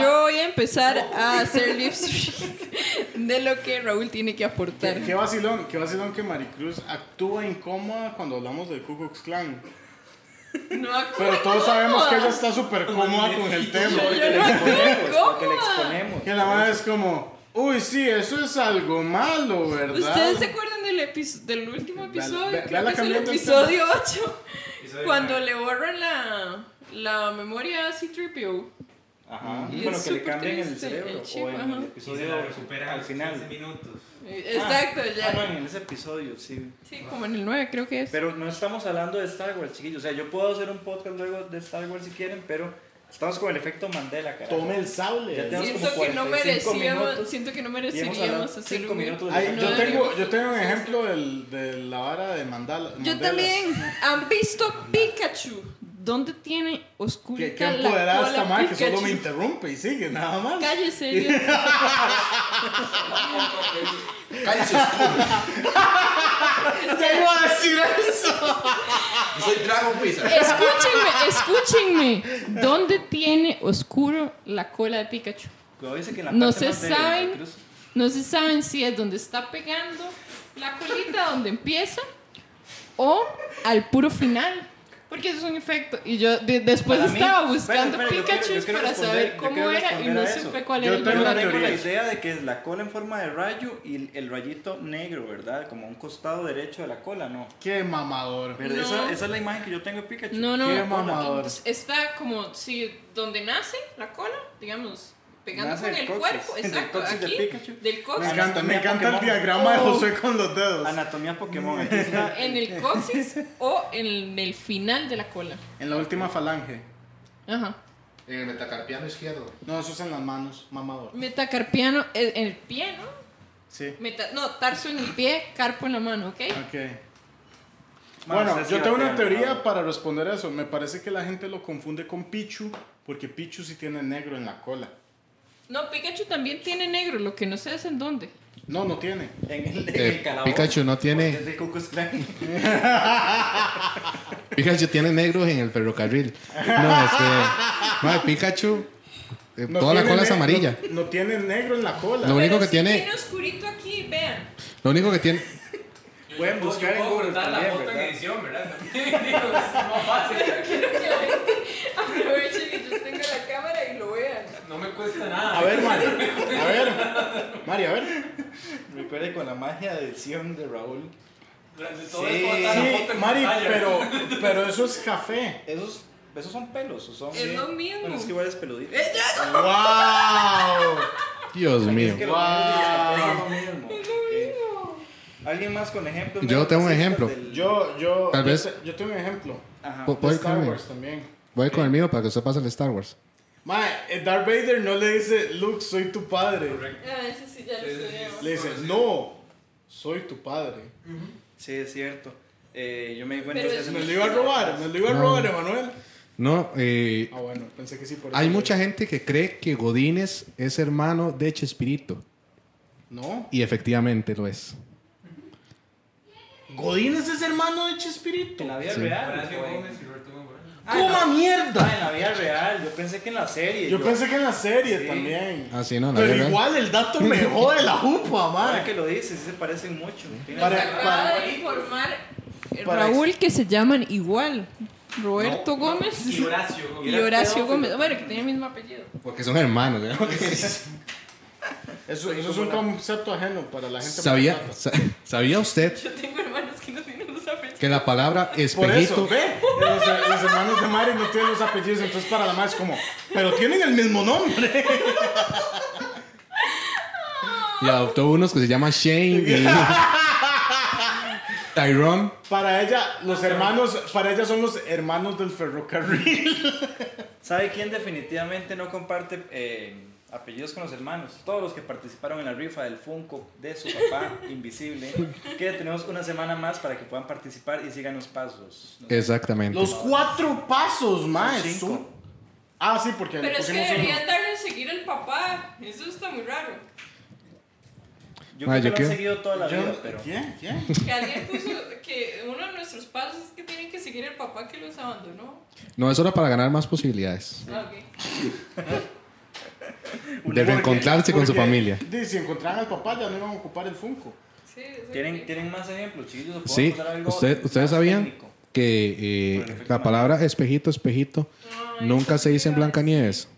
[SPEAKER 3] Yo voy a empezar a hacer lips de lo que Raúl tiene que aportar.
[SPEAKER 2] Qué vacilón, qué vacilón que Maricruz actúa incómoda cuando hablamos del Ku Klux Klan.
[SPEAKER 3] No
[SPEAKER 2] Pero todos sabemos que ella está súper cómoda con el tema.
[SPEAKER 1] Porque le
[SPEAKER 3] no
[SPEAKER 1] exponemos.
[SPEAKER 3] tengo.
[SPEAKER 1] Porque le exponemos.
[SPEAKER 2] Que la madre es como, uy, sí, eso es algo malo, ¿verdad?
[SPEAKER 3] ¿Ustedes se acuerdan del, episo- del último episodio?
[SPEAKER 2] ve-
[SPEAKER 3] Creo
[SPEAKER 2] vela
[SPEAKER 3] que es el
[SPEAKER 2] cambiando el
[SPEAKER 3] episodio 8.
[SPEAKER 5] Episodio
[SPEAKER 3] Cuando
[SPEAKER 5] nueve.
[SPEAKER 3] le borran la, la memoria a C-3PO.
[SPEAKER 1] Ajá.
[SPEAKER 3] Y es
[SPEAKER 1] Bueno, que le
[SPEAKER 3] súper
[SPEAKER 1] cambien el
[SPEAKER 3] triste,
[SPEAKER 1] cerebro.
[SPEAKER 3] el chip,
[SPEAKER 1] o en
[SPEAKER 3] ajá.
[SPEAKER 1] el
[SPEAKER 5] Y se la
[SPEAKER 1] episodio al
[SPEAKER 5] recuperan al
[SPEAKER 1] final.
[SPEAKER 5] minutos.
[SPEAKER 3] Exacto,
[SPEAKER 1] Ah,
[SPEAKER 3] ya.
[SPEAKER 1] ah, no, en ese episodio, sí.
[SPEAKER 3] Sí, como en el 9 creo que es.
[SPEAKER 1] Pero no estamos hablando de Star Wars, chiquillos. O sea, yo puedo hacer un podcast luego de Star Wars si quieren, pero estamos con el efecto Mandela, cara.
[SPEAKER 2] Tome el sable.
[SPEAKER 1] Ya
[SPEAKER 2] ¿verdad?
[SPEAKER 1] tenemos
[SPEAKER 3] siento,
[SPEAKER 1] como
[SPEAKER 3] que no
[SPEAKER 1] 45
[SPEAKER 3] merecíamos,
[SPEAKER 1] minutos.
[SPEAKER 3] siento que no
[SPEAKER 1] Y hemos hablado
[SPEAKER 3] mereceríamos hacer
[SPEAKER 1] cinco
[SPEAKER 3] un...
[SPEAKER 1] minutos de
[SPEAKER 2] Ay,
[SPEAKER 1] Mandela.
[SPEAKER 2] yo,
[SPEAKER 3] No,
[SPEAKER 2] tengo,
[SPEAKER 3] no.
[SPEAKER 2] yo tengo un ejemplo del- de la vara de mandala.
[SPEAKER 3] Yo
[SPEAKER 2] mandelas.
[SPEAKER 3] también. ¿Han visto Pikachu? ¿Dónde tiene oscura
[SPEAKER 2] Que, que
[SPEAKER 3] la
[SPEAKER 2] empoderada esta
[SPEAKER 3] cola
[SPEAKER 2] madre que solo
[SPEAKER 3] Pikachu?
[SPEAKER 2] me interrumpe y sigue, nada más.
[SPEAKER 3] Cállese. Dios.
[SPEAKER 8] Cállese oscuro.
[SPEAKER 2] Ya iba a decir eso.
[SPEAKER 8] Yo soy Dragon Wizard.
[SPEAKER 3] Escúchenme, escúchenme. ¿Dónde tiene oscuro la cola de Pikachu?
[SPEAKER 1] Cuidado, dice que en la
[SPEAKER 3] No
[SPEAKER 1] parte
[SPEAKER 3] se
[SPEAKER 1] más débil,
[SPEAKER 3] saben,
[SPEAKER 1] Cruz.
[SPEAKER 3] no se saben si es donde está pegando la colita donde empieza o al puro final. Porque eso es un efecto. Y yo de- después
[SPEAKER 1] Para mí-
[SPEAKER 3] estaba
[SPEAKER 1] espera,
[SPEAKER 3] buscando
[SPEAKER 1] espera, yo quiero-
[SPEAKER 3] Pikachu
[SPEAKER 1] yo quiero
[SPEAKER 3] para
[SPEAKER 1] responder-
[SPEAKER 3] saber
[SPEAKER 1] yo
[SPEAKER 3] cómo
[SPEAKER 1] quiero
[SPEAKER 3] era y
[SPEAKER 1] responder
[SPEAKER 3] no
[SPEAKER 1] a eso.
[SPEAKER 3] supe cuál
[SPEAKER 2] Yo
[SPEAKER 3] era el
[SPEAKER 2] tengo una
[SPEAKER 1] Yo
[SPEAKER 3] verdadero.
[SPEAKER 1] tengo la
[SPEAKER 2] teoría.
[SPEAKER 1] idea de que es la cola en forma de rayo y el rayito negro, ¿verdad? Como un costado derecho de la cola, ¿no?
[SPEAKER 2] Qué mamador.
[SPEAKER 1] Pero
[SPEAKER 3] No.
[SPEAKER 1] Esa, esa es la imagen que yo tengo de Pikachu.
[SPEAKER 3] No, no,
[SPEAKER 2] Qué
[SPEAKER 3] no,
[SPEAKER 2] mamador.
[SPEAKER 3] entonces está como si donde nace la cola, digamos, pegando
[SPEAKER 1] Nace
[SPEAKER 3] con
[SPEAKER 1] del
[SPEAKER 3] el
[SPEAKER 1] coxis,
[SPEAKER 3] cuerpo,
[SPEAKER 1] del
[SPEAKER 3] exacto,
[SPEAKER 1] coxis de
[SPEAKER 3] aquí,
[SPEAKER 1] Pikachu.
[SPEAKER 3] del
[SPEAKER 2] Me
[SPEAKER 3] coxis,
[SPEAKER 2] encanta, me
[SPEAKER 1] Anatomía
[SPEAKER 2] encanta el
[SPEAKER 1] Pokémon.
[SPEAKER 2] diagrama de
[SPEAKER 1] Oh.
[SPEAKER 2] José con los dedos.
[SPEAKER 1] Anatomía Pokémon. aquí está.
[SPEAKER 3] en el coxis o en el final de la cola.
[SPEAKER 2] En la última falange.
[SPEAKER 3] Ajá.
[SPEAKER 8] En el metacarpiano izquierdo.
[SPEAKER 2] No, eso es en las manos, mamador.
[SPEAKER 3] Metacarpiano eh, en el pie, ¿no?
[SPEAKER 2] Sí.
[SPEAKER 3] Meta- no, tarso en el pie, carpo en la mano, ¿ok?
[SPEAKER 2] Ok.
[SPEAKER 1] Bueno,
[SPEAKER 2] Bueno,
[SPEAKER 1] ustedes
[SPEAKER 2] yo
[SPEAKER 1] sí
[SPEAKER 2] tengo
[SPEAKER 1] la
[SPEAKER 2] una
[SPEAKER 1] pegan,
[SPEAKER 2] teoría
[SPEAKER 1] ¿no?
[SPEAKER 2] para responder a eso. Me parece que la gente lo confunde con Pichu porque Pichu sí tiene negro en la cola.
[SPEAKER 3] No, Pikachu también tiene negro, lo que no sé es en dónde.
[SPEAKER 2] No, no tiene.
[SPEAKER 1] En el, en el
[SPEAKER 4] Eh,
[SPEAKER 1] calabozo.
[SPEAKER 4] Pikachu no
[SPEAKER 1] Porque
[SPEAKER 4] tiene.
[SPEAKER 1] es de Ku Klux Klan.
[SPEAKER 4] Pikachu tiene negros en el ferrocarril. No, este. mae, Pikachu. eh,
[SPEAKER 2] No
[SPEAKER 4] toda la
[SPEAKER 2] tiene
[SPEAKER 4] cola es
[SPEAKER 2] ne-
[SPEAKER 4] amarilla.
[SPEAKER 2] No, no tiene negro en la cola.
[SPEAKER 4] Lo único
[SPEAKER 3] Pero
[SPEAKER 4] que
[SPEAKER 3] sí
[SPEAKER 4] tiene-
[SPEAKER 3] Tiene oscurito aquí, vean.
[SPEAKER 4] Lo único que tiene.
[SPEAKER 1] Pueden
[SPEAKER 5] Yo
[SPEAKER 1] buscar en
[SPEAKER 5] puedo
[SPEAKER 1] Google
[SPEAKER 5] cortar la
[SPEAKER 1] también,
[SPEAKER 5] foto en
[SPEAKER 1] ¿verdad?
[SPEAKER 5] edición, ¿verdad? Digo, es más fácil.
[SPEAKER 3] Quiero que la gente aproveche que yo tengo la cámara y lo vean.
[SPEAKER 5] No me cuesta nada.
[SPEAKER 2] A ver, Mari. A ver. Mari, a ver.
[SPEAKER 1] Recuerde con la magia de edición de Raúl.
[SPEAKER 5] Durante todo
[SPEAKER 1] Sí.
[SPEAKER 5] esto va a estar la foto
[SPEAKER 2] Sí,
[SPEAKER 5] en
[SPEAKER 2] Mari,
[SPEAKER 5] pantalla.
[SPEAKER 2] pero, pero eso es café.
[SPEAKER 1] Esos, esos son pelos, o son.
[SPEAKER 3] Es lo mismo.
[SPEAKER 1] Bueno, es que igual es peludito.
[SPEAKER 2] ¡Wow!
[SPEAKER 4] Dios
[SPEAKER 1] Es
[SPEAKER 4] mío.
[SPEAKER 1] que lo
[SPEAKER 2] Wow.
[SPEAKER 1] mío es lo mismo. ¿Alguien más con ejemplos?
[SPEAKER 4] Yo
[SPEAKER 1] Más
[SPEAKER 4] tengo un
[SPEAKER 1] cosas
[SPEAKER 4] ejemplo.
[SPEAKER 1] del-
[SPEAKER 2] Yo, yo,
[SPEAKER 4] Tal
[SPEAKER 2] yo
[SPEAKER 4] vez-
[SPEAKER 2] te- yo tengo un ejemplo.
[SPEAKER 1] Ajá.
[SPEAKER 4] Po-
[SPEAKER 2] De
[SPEAKER 4] Voy
[SPEAKER 2] Star
[SPEAKER 4] con el mío.
[SPEAKER 2] Wars también.
[SPEAKER 4] Voy con el mío para que usted pase el Star Wars.
[SPEAKER 2] Mae, eh, Darth Vader no le dice, Luke, soy tu padre.
[SPEAKER 3] Ah, eso sí ya lo
[SPEAKER 5] Sí, sí, sí.
[SPEAKER 3] estudiamos.
[SPEAKER 2] Le dice, no, soy tu padre.
[SPEAKER 1] Sí, es cierto. Eh, yo me di cuenta
[SPEAKER 3] Pero
[SPEAKER 1] que
[SPEAKER 3] es-
[SPEAKER 1] hace
[SPEAKER 2] Me
[SPEAKER 1] mucho
[SPEAKER 2] lo iba a
[SPEAKER 1] tiempo.
[SPEAKER 2] robar, me lo iba a
[SPEAKER 4] No.
[SPEAKER 2] robar, Emanuel.
[SPEAKER 4] No, eh,
[SPEAKER 2] Ah, bueno, pensé que sí por eso.
[SPEAKER 4] hay mucha gente que cree que Godínez es hermano de Chespirito.
[SPEAKER 2] No.
[SPEAKER 4] Y efectivamente lo es.
[SPEAKER 2] Godínez es hermano de Chespirito.
[SPEAKER 1] En la vida
[SPEAKER 4] Sí.
[SPEAKER 1] real.
[SPEAKER 5] Horacio
[SPEAKER 1] güey.
[SPEAKER 5] Gómez y Roberto Gómez.
[SPEAKER 1] Ah, en
[SPEAKER 2] ¡Coma
[SPEAKER 1] la-
[SPEAKER 2] mierda!
[SPEAKER 1] Ah, en la vida real. Yo pensé que en la serie.
[SPEAKER 2] Yo pensé que en la serie
[SPEAKER 1] Sí.
[SPEAKER 2] también.
[SPEAKER 4] Ah, sí, no, en la
[SPEAKER 2] Pero
[SPEAKER 4] vida real.
[SPEAKER 2] igual el dato me jode la jupa,
[SPEAKER 1] Ahora que
[SPEAKER 2] mae.
[SPEAKER 1] lo dices, sí se parecen mucho. Tienen-
[SPEAKER 2] Para-
[SPEAKER 3] Acaba de informar
[SPEAKER 2] para-
[SPEAKER 3] Raúl que se llaman igual. Roberto Gómez
[SPEAKER 5] Y Horacio
[SPEAKER 3] y
[SPEAKER 5] Gómez.
[SPEAKER 3] Horacio Gómez. Bueno, que tiene el mismo apellido.
[SPEAKER 4] Porque son hermanos. ¿no?
[SPEAKER 2] Eso, eso es un concepto ajeno para la gente.
[SPEAKER 4] ¿Sabía,
[SPEAKER 2] maltrata.
[SPEAKER 4] sa- ¿Sabía usted
[SPEAKER 3] Yo tengo hermanos que no tienen los apellidos.
[SPEAKER 4] que la palabra
[SPEAKER 2] Por eso,
[SPEAKER 4] espejito...
[SPEAKER 2] ve. Los, los hermanos de Mari no tienen los apellidos, entonces para la madre es como, pero tienen el mismo nombre.
[SPEAKER 4] Y adoptó unos que se llaman Shane y... Tyrone.
[SPEAKER 2] Para ella, los hermanos, para ella son los hermanos del ferrocarril.
[SPEAKER 1] ¿Sabe quién definitivamente no comparte eh, apellidos con los hermanos? Todos los que participaron en la rifa del Funko de su papá invisible, que tenemos una semana más para que puedan participar y sigan los pasos.
[SPEAKER 4] Exactamente.
[SPEAKER 2] Los cuatro pasos, mae.
[SPEAKER 1] Cinco.
[SPEAKER 2] son- Ah, sí, porque le
[SPEAKER 3] Pero es que
[SPEAKER 2] pusimos uno.
[SPEAKER 3] deberían darle a seguir al papá. Eso está muy raro.
[SPEAKER 1] Yo
[SPEAKER 4] Ah,
[SPEAKER 1] creo que
[SPEAKER 4] ¿yo
[SPEAKER 1] lo
[SPEAKER 4] qué?
[SPEAKER 1] han seguido toda la
[SPEAKER 2] Yo-
[SPEAKER 1] vida, pero
[SPEAKER 2] ¿Quién? ¿Quién?
[SPEAKER 3] Que alguien puso que uno de nuestros pasos es que tienen que seguir el papá que los abandonó.
[SPEAKER 4] No, eso era para ganar más posibilidades.
[SPEAKER 3] Ah, ok.
[SPEAKER 4] De reencontrarse con su
[SPEAKER 2] Porque,
[SPEAKER 4] familia.
[SPEAKER 2] di, si encontraran al papá, ya no iban a ocupar el Funko.
[SPEAKER 3] Sí, eso
[SPEAKER 1] ¿tienen,
[SPEAKER 3] sí.
[SPEAKER 1] tienen más ejemplos, chicos. ¿O puedo
[SPEAKER 4] Sí,
[SPEAKER 1] contar algo
[SPEAKER 4] usted-
[SPEAKER 1] más
[SPEAKER 4] ustedes sabían
[SPEAKER 1] técnico?
[SPEAKER 4] que eh,
[SPEAKER 1] Por el efecto
[SPEAKER 4] la palabra espejito, espejito,
[SPEAKER 3] Ay,
[SPEAKER 4] nunca se dice en Blancanieves.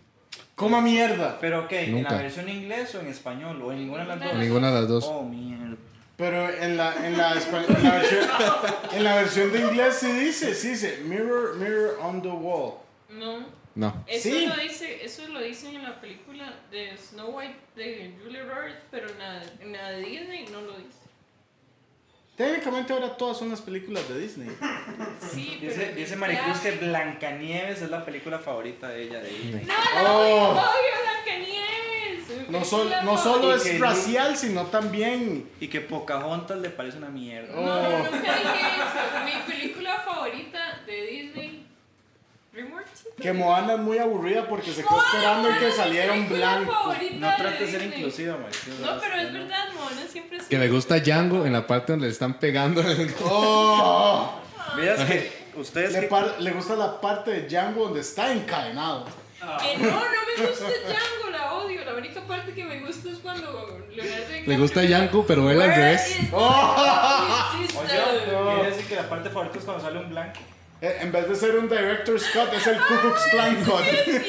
[SPEAKER 2] Coma mierda.
[SPEAKER 1] Pero ok, ¿en
[SPEAKER 4] Nunca.
[SPEAKER 1] la versión inglés o en español? ¿O en ninguna de las dos?
[SPEAKER 3] En
[SPEAKER 4] Ninguna de las dos.
[SPEAKER 1] Oh, mierda.
[SPEAKER 2] Pero en la, en la, espa- en la versión, en la versión de inglés sí dice, sí dice, mirror, mirror on the wall.
[SPEAKER 3] No.
[SPEAKER 4] No.
[SPEAKER 3] Eso,
[SPEAKER 2] Sí.
[SPEAKER 3] lo dice, eso lo dicen en la película de Snow White de Julia Roberts, pero en la, en la de Disney no lo dice.
[SPEAKER 2] Técnicamente ahora todas son las películas de Disney.
[SPEAKER 3] Sí, pero.
[SPEAKER 1] Dice, dice Maricruz que Blancanieves es la película favorita de ella, de Disney.
[SPEAKER 3] ¡No,
[SPEAKER 2] Oh.
[SPEAKER 3] no! ¡Obvio, Blancanieves! Mi
[SPEAKER 2] No, sol-
[SPEAKER 3] película
[SPEAKER 2] no solo
[SPEAKER 1] Y
[SPEAKER 2] es
[SPEAKER 1] que-
[SPEAKER 2] racial, sino también...
[SPEAKER 1] Y que Pocahontas le parece una mierda.
[SPEAKER 3] No,
[SPEAKER 2] Oh.
[SPEAKER 3] no, nunca dije eso. Mi película favorita de Disney. ¿Dreamworks?
[SPEAKER 2] Que Moana es muy aburrida porque se quedó esperando que saliera un blanco.
[SPEAKER 1] No trate de ser inclusiva, Maricruz.
[SPEAKER 3] No, pero es verdad, Mona siempre es.
[SPEAKER 4] Que le gusta Django en la parte donde le están pegando.
[SPEAKER 2] Oh,
[SPEAKER 1] Veas que ustedes
[SPEAKER 2] le,
[SPEAKER 1] que
[SPEAKER 2] par- le gusta la parte de Django donde está encadenado.
[SPEAKER 3] Que no, no me gusta Django, la odio. La única parte que me gusta es cuando Leonardo
[SPEAKER 4] Le gusta
[SPEAKER 3] DiCaprio-
[SPEAKER 4] Django, pero él al revés.
[SPEAKER 3] Oh.
[SPEAKER 1] Oye, quiere decir que la parte favorita es cuando sale un blanco.
[SPEAKER 2] Eh, En vez de ser un director Scott, es el Ku Klux Klan Cut.
[SPEAKER 3] Es cierto,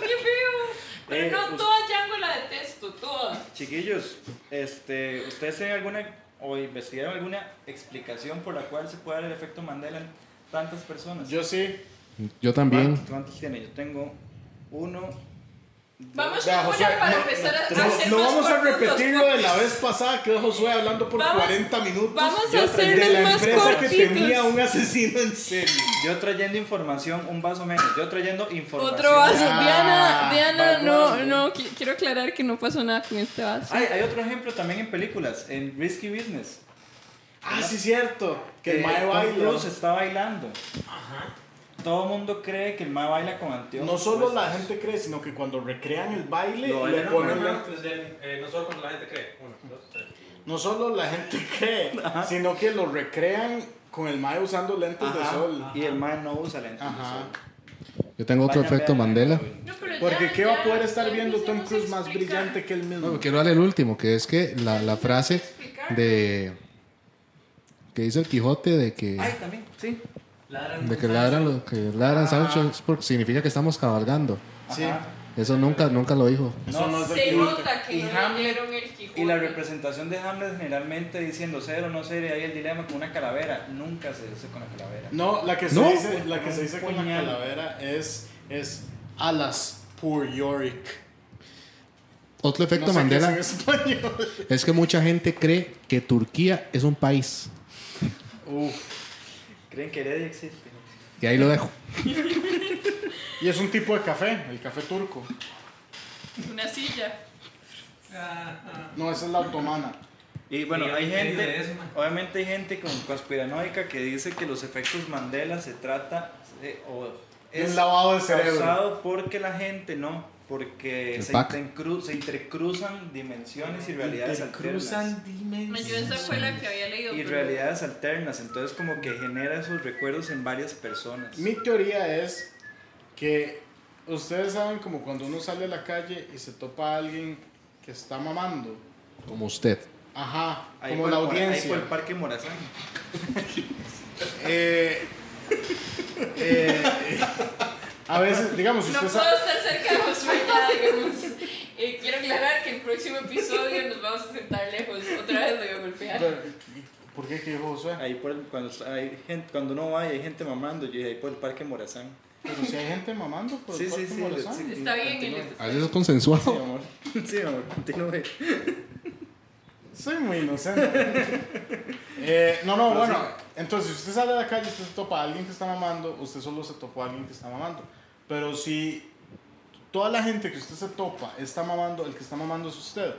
[SPEAKER 3] qué feo. Pero
[SPEAKER 1] Eh,
[SPEAKER 3] no,
[SPEAKER 1] us-
[SPEAKER 3] toda Django la detesto, toda.
[SPEAKER 1] Chiquillos, este, ¿ustedes tienen alguna o investigaron alguna explicación por la cual se puede dar el efecto Mandela en tantas personas?
[SPEAKER 2] Yo sí.
[SPEAKER 4] Yo también.
[SPEAKER 1] ¿Cuántos, cuántos tiene? Yo tengo uno.
[SPEAKER 3] Vamos
[SPEAKER 2] Vea,
[SPEAKER 3] a
[SPEAKER 2] José,
[SPEAKER 3] una para
[SPEAKER 2] no,
[SPEAKER 3] empezar a
[SPEAKER 2] No,
[SPEAKER 3] hacer
[SPEAKER 2] no
[SPEAKER 3] más
[SPEAKER 2] vamos a
[SPEAKER 3] cortos los
[SPEAKER 2] repetir lo de la
[SPEAKER 3] podcasts.
[SPEAKER 2] vez pasada que Josué hablando por
[SPEAKER 3] Vamos-
[SPEAKER 2] 40 minutos.
[SPEAKER 3] vamos a
[SPEAKER 2] de la
[SPEAKER 3] hacerlos más
[SPEAKER 2] empresa que
[SPEAKER 3] cortitos.
[SPEAKER 2] tenía un asesino en serie.
[SPEAKER 1] Yo trayendo información, un vaso menos. Yo trayendo información.
[SPEAKER 3] Otro vaso.
[SPEAKER 2] Ah,
[SPEAKER 3] Diana, Diana,
[SPEAKER 1] bad
[SPEAKER 3] no,
[SPEAKER 1] boy.
[SPEAKER 3] no, qui- quiero aclarar que no pasó nada con este vaso.
[SPEAKER 1] Ay, hay otro ejemplo también en películas, en Risky Business.
[SPEAKER 2] Ah, sí, cierto. Que el
[SPEAKER 1] Eh,
[SPEAKER 2] mae
[SPEAKER 1] Tom
[SPEAKER 2] baila.
[SPEAKER 1] Cruise está bailando. Todo el mundo cree que el mae baila con anteojos. pues.
[SPEAKER 2] No solo
[SPEAKER 1] puestos.
[SPEAKER 2] la gente cree, sino que cuando recrean el baile,
[SPEAKER 1] Lo
[SPEAKER 2] le
[SPEAKER 1] bailan
[SPEAKER 2] ponen.
[SPEAKER 5] pues, eh, No solo cuando la gente cree. Uno, dos, tres.
[SPEAKER 2] No solo la gente cree, sino que lo recrean con el mae usando lentes de
[SPEAKER 1] Ajá,
[SPEAKER 2] sol.
[SPEAKER 1] Y el mae no usa lentes de
[SPEAKER 2] Ajá.
[SPEAKER 1] sol.
[SPEAKER 4] Yo tengo otro
[SPEAKER 1] Vayan a
[SPEAKER 4] efecto
[SPEAKER 1] ver,
[SPEAKER 4] Mandela.
[SPEAKER 3] No, pero
[SPEAKER 2] Porque
[SPEAKER 3] ya,
[SPEAKER 2] ¿qué va
[SPEAKER 3] ya,
[SPEAKER 2] a poder
[SPEAKER 3] ya
[SPEAKER 2] estar viendo Tom
[SPEAKER 3] empecemos a
[SPEAKER 2] Cruise más
[SPEAKER 3] explicar.
[SPEAKER 2] brillante que él mismo?
[SPEAKER 4] No, quiero darle el último, que es que la, la frase de... Que dice el Quijote de que...
[SPEAKER 1] Ay, también, sí.
[SPEAKER 5] Ladran.
[SPEAKER 4] De que ladran, los- que ladran Sancho es porque significa que estamos cabalgando.
[SPEAKER 1] Ajá.
[SPEAKER 2] Sí.
[SPEAKER 4] Eso nunca, nunca lo dijo.
[SPEAKER 2] Eso no es de
[SPEAKER 3] Se
[SPEAKER 2] aquí.
[SPEAKER 3] nota que
[SPEAKER 1] Y
[SPEAKER 3] no
[SPEAKER 1] Hamlet-
[SPEAKER 3] leyeron el Quijote.
[SPEAKER 1] Y la representación de Hamlet generalmente diciendo cero, no cero, y ahí el dilema con una calavera. Nunca se dice con la calavera.
[SPEAKER 2] No, la que se
[SPEAKER 4] ¿No?
[SPEAKER 2] dice, la que se dice con la
[SPEAKER 1] Puñal.
[SPEAKER 2] calavera es, es alas por Yorick.
[SPEAKER 4] Otro
[SPEAKER 2] No
[SPEAKER 4] efecto
[SPEAKER 2] sé qué es
[SPEAKER 4] Mandela
[SPEAKER 2] en español.
[SPEAKER 4] es que mucha gente cree que Turquía es un país.
[SPEAKER 2] Uf.
[SPEAKER 1] ¿Creen que Heredia existe?
[SPEAKER 4] Y ahí lo dejo.
[SPEAKER 2] Y es un tipo de café, el café turco.
[SPEAKER 3] Una silla.
[SPEAKER 2] No, esa es la otomana.
[SPEAKER 1] Y bueno,
[SPEAKER 5] Sí,
[SPEAKER 1] hay
[SPEAKER 5] en medio de
[SPEAKER 1] gente,
[SPEAKER 5] eso, man.
[SPEAKER 1] obviamente hay gente con conspiranoica que dice que los efectos Mandela se trata eh, o
[SPEAKER 2] Es un lavado de cerebro.
[SPEAKER 1] causado porque la gente no, porque
[SPEAKER 4] El
[SPEAKER 1] se,
[SPEAKER 4] pack.
[SPEAKER 1] intercru- se intercruzan dimensiones y realidades alternas.
[SPEAKER 2] Cruzan
[SPEAKER 3] Ma, Yo esa fue la que había leído.
[SPEAKER 1] Y
[SPEAKER 3] pero-
[SPEAKER 1] realidades alternas, entonces como que genera esos recuerdos en varias personas.
[SPEAKER 2] Mi teoría es que ustedes saben como cuando uno sale a la calle y se topa a alguien que está mamando.
[SPEAKER 4] Como usted.
[SPEAKER 2] Ajá,
[SPEAKER 1] Ahí
[SPEAKER 2] como
[SPEAKER 1] fue
[SPEAKER 2] la
[SPEAKER 1] el- Ahí fue
[SPEAKER 2] audiencia.
[SPEAKER 1] el Parque Morazán.
[SPEAKER 2] Eh, eh, a veces, digamos, si
[SPEAKER 3] No
[SPEAKER 2] usted
[SPEAKER 3] puedo
[SPEAKER 2] sabe...
[SPEAKER 3] estar cerca de Josué ya, digamos. Eh, quiero aclarar que el próximo episodio nos vamos a sentar lejos. Otra vez lo voy a golpear.
[SPEAKER 2] Pero, ¿Por qué que dijo Josué?
[SPEAKER 1] Ahí por el- cuando, hay gente, cuando uno va y hay gente mamando, yo dije ahí por el Parque Morazán.
[SPEAKER 2] Pero si hay gente mamando, pues
[SPEAKER 1] Sí, sí, sí. sí,
[SPEAKER 3] Está bien, este-
[SPEAKER 1] continúe.
[SPEAKER 3] él
[SPEAKER 4] Así es
[SPEAKER 1] Sí,
[SPEAKER 4] consensuado.
[SPEAKER 1] amor. Sí, amor, continúe.
[SPEAKER 2] Soy muy inocente. Eh, no, no,
[SPEAKER 1] Pero
[SPEAKER 2] bueno.
[SPEAKER 1] sí.
[SPEAKER 2] Entonces, si usted sale a la calle, usted se topa a alguien que está mamando, usted solo se topó a alguien que está mamando. Pero si toda la gente que usted se topa está mamando, el que está mamando es usted.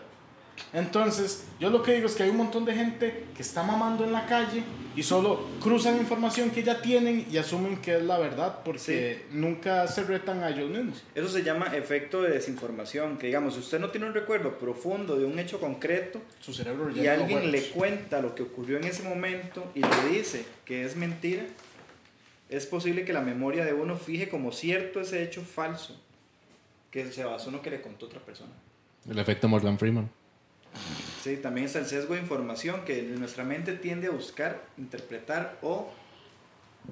[SPEAKER 2] Entonces, yo lo que digo es que hay un montón de gente que está mamando en la calle y solo cruzan información que ya tienen y asumen que es la verdad porque nunca se retan a ellos mismos.
[SPEAKER 1] Eso se llama efecto de desinformación, que digamos, si usted no tiene un recuerdo profundo de un hecho concreto
[SPEAKER 2] Su cerebro ya
[SPEAKER 1] y
[SPEAKER 2] no
[SPEAKER 1] alguien
[SPEAKER 2] juega.
[SPEAKER 1] le cuenta lo que ocurrió en ese momento y le dice que es mentira, es posible que la memoria de uno fije como cierto ese hecho falso que se basó en lo que le contó otra persona.
[SPEAKER 4] El efecto Morgan Freeman.
[SPEAKER 1] Sí, también está el sesgo de información que nuestra mente tiende a buscar, interpretar o...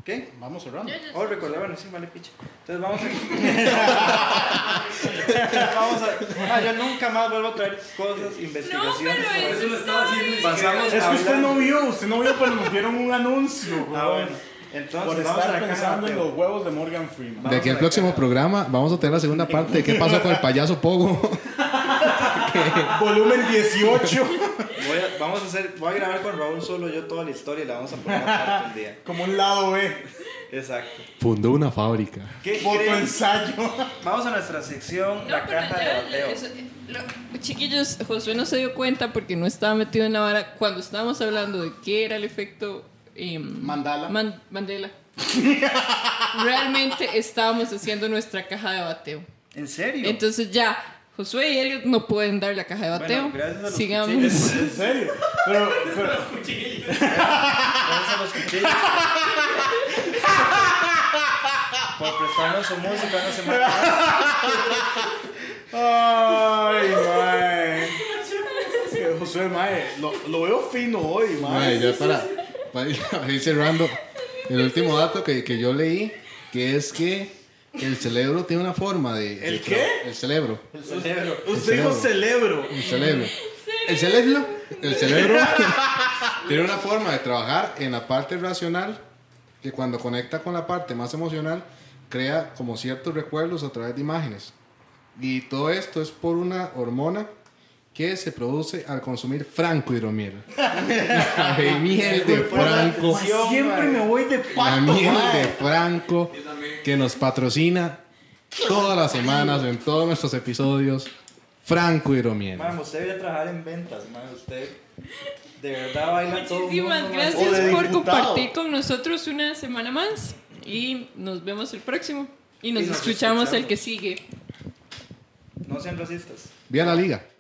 [SPEAKER 1] ¿Qué?
[SPEAKER 2] Vamos cerrando.
[SPEAKER 1] Oh, recordaban, sí, vale, picha. Entonces vamos a. vamos a. Ah, yo nunca más vuelvo a traer cosas,
[SPEAKER 3] No,
[SPEAKER 1] investigaciones.
[SPEAKER 3] pero
[SPEAKER 5] Por eso lo
[SPEAKER 3] eso
[SPEAKER 5] estaba
[SPEAKER 3] estaba
[SPEAKER 5] haciendo.
[SPEAKER 1] Pasamos
[SPEAKER 2] Es que usted
[SPEAKER 1] hablando.
[SPEAKER 2] no vio, usted no vio, pero nos dieron un anuncio.
[SPEAKER 1] Ah,
[SPEAKER 2] weón.
[SPEAKER 1] bueno.
[SPEAKER 2] Por
[SPEAKER 1] Entonces vamos a la
[SPEAKER 2] estar
[SPEAKER 1] caja,
[SPEAKER 2] pensando en
[SPEAKER 1] Mateo.
[SPEAKER 2] los huevos de Morgan Freeman.
[SPEAKER 1] Vamos
[SPEAKER 4] De aquí
[SPEAKER 1] a
[SPEAKER 4] al
[SPEAKER 1] la
[SPEAKER 4] próximo
[SPEAKER 1] cara.
[SPEAKER 4] programa vamos a tener la segunda parte de qué pasó con el payaso Pogo.
[SPEAKER 2] Volumen 18.
[SPEAKER 1] Voy a- vamos a hacer. Voy a grabar con Raúl solo yo toda la historia y la vamos a poner aparte un día.
[SPEAKER 2] Como un lado B.
[SPEAKER 1] Exacto.
[SPEAKER 4] Fundó una fábrica.
[SPEAKER 1] ¿Qué
[SPEAKER 2] Foto
[SPEAKER 1] creen?
[SPEAKER 2] ensayo.
[SPEAKER 1] Vamos a nuestra sección, la
[SPEAKER 3] No, pero
[SPEAKER 1] caja
[SPEAKER 3] ya,
[SPEAKER 1] de bateo.
[SPEAKER 3] eso- lo- chiquillos, Josué no se dio cuenta porque no estaba metido en la vara cuando estábamos hablando de qué era el efecto em,
[SPEAKER 2] Mandala.
[SPEAKER 3] Man- Mandela. Realmente estábamos haciendo nuestra caja de bateo.
[SPEAKER 1] ¿En serio?
[SPEAKER 3] Entonces ya, Josué y Elliot no pueden dar la caja de
[SPEAKER 1] Bueno,
[SPEAKER 3] bateo.
[SPEAKER 1] gracias a los
[SPEAKER 3] Sigamos.
[SPEAKER 1] cuchillos.
[SPEAKER 2] En serio. Pero, pero-
[SPEAKER 1] Gracias a los cuchillos. Por prestarnos su música una semana.
[SPEAKER 2] Ay, mae. Eh, Josué, mae. Lo, lo veo fino hoy, mae.
[SPEAKER 4] Ay, ya para, para ir, para ir cerrando, el último dato que, que yo leí, que es que el cerebro tiene una forma de... de
[SPEAKER 2] ¿El
[SPEAKER 4] tra-
[SPEAKER 2] qué?
[SPEAKER 4] El cerebro.
[SPEAKER 1] El cerebro.
[SPEAKER 2] Usted dijo celebro.
[SPEAKER 4] El cerebro. El cerebro. El cerebro tiene una forma de trabajar en la parte racional que cuando conecta con la parte más emocional crea como ciertos recuerdos a través de imágenes. Y todo esto es por una hormona que se produce al consumir franco hidromiel. La de miel de franco.
[SPEAKER 2] Mae, Siempre me voy de
[SPEAKER 4] La
[SPEAKER 2] pato,
[SPEAKER 4] miel de
[SPEAKER 2] mae.
[SPEAKER 4] franco que nos patrocina todas las semanas en todos nuestros episodios. Franco hidromiel.
[SPEAKER 1] Mam, usted debería trabajar en ventas, man. Usted de verdad baila todo. el
[SPEAKER 3] Muchísimas
[SPEAKER 1] mundo,
[SPEAKER 2] O de
[SPEAKER 3] gracias por
[SPEAKER 2] diputado.
[SPEAKER 3] compartir con nosotros una semana más y nos vemos el próximo y nos,
[SPEAKER 1] Y nos
[SPEAKER 3] escuchamos el
[SPEAKER 1] escuchamos.
[SPEAKER 3] que sigue.
[SPEAKER 1] man. No sean racistas.
[SPEAKER 4] Vía la liga.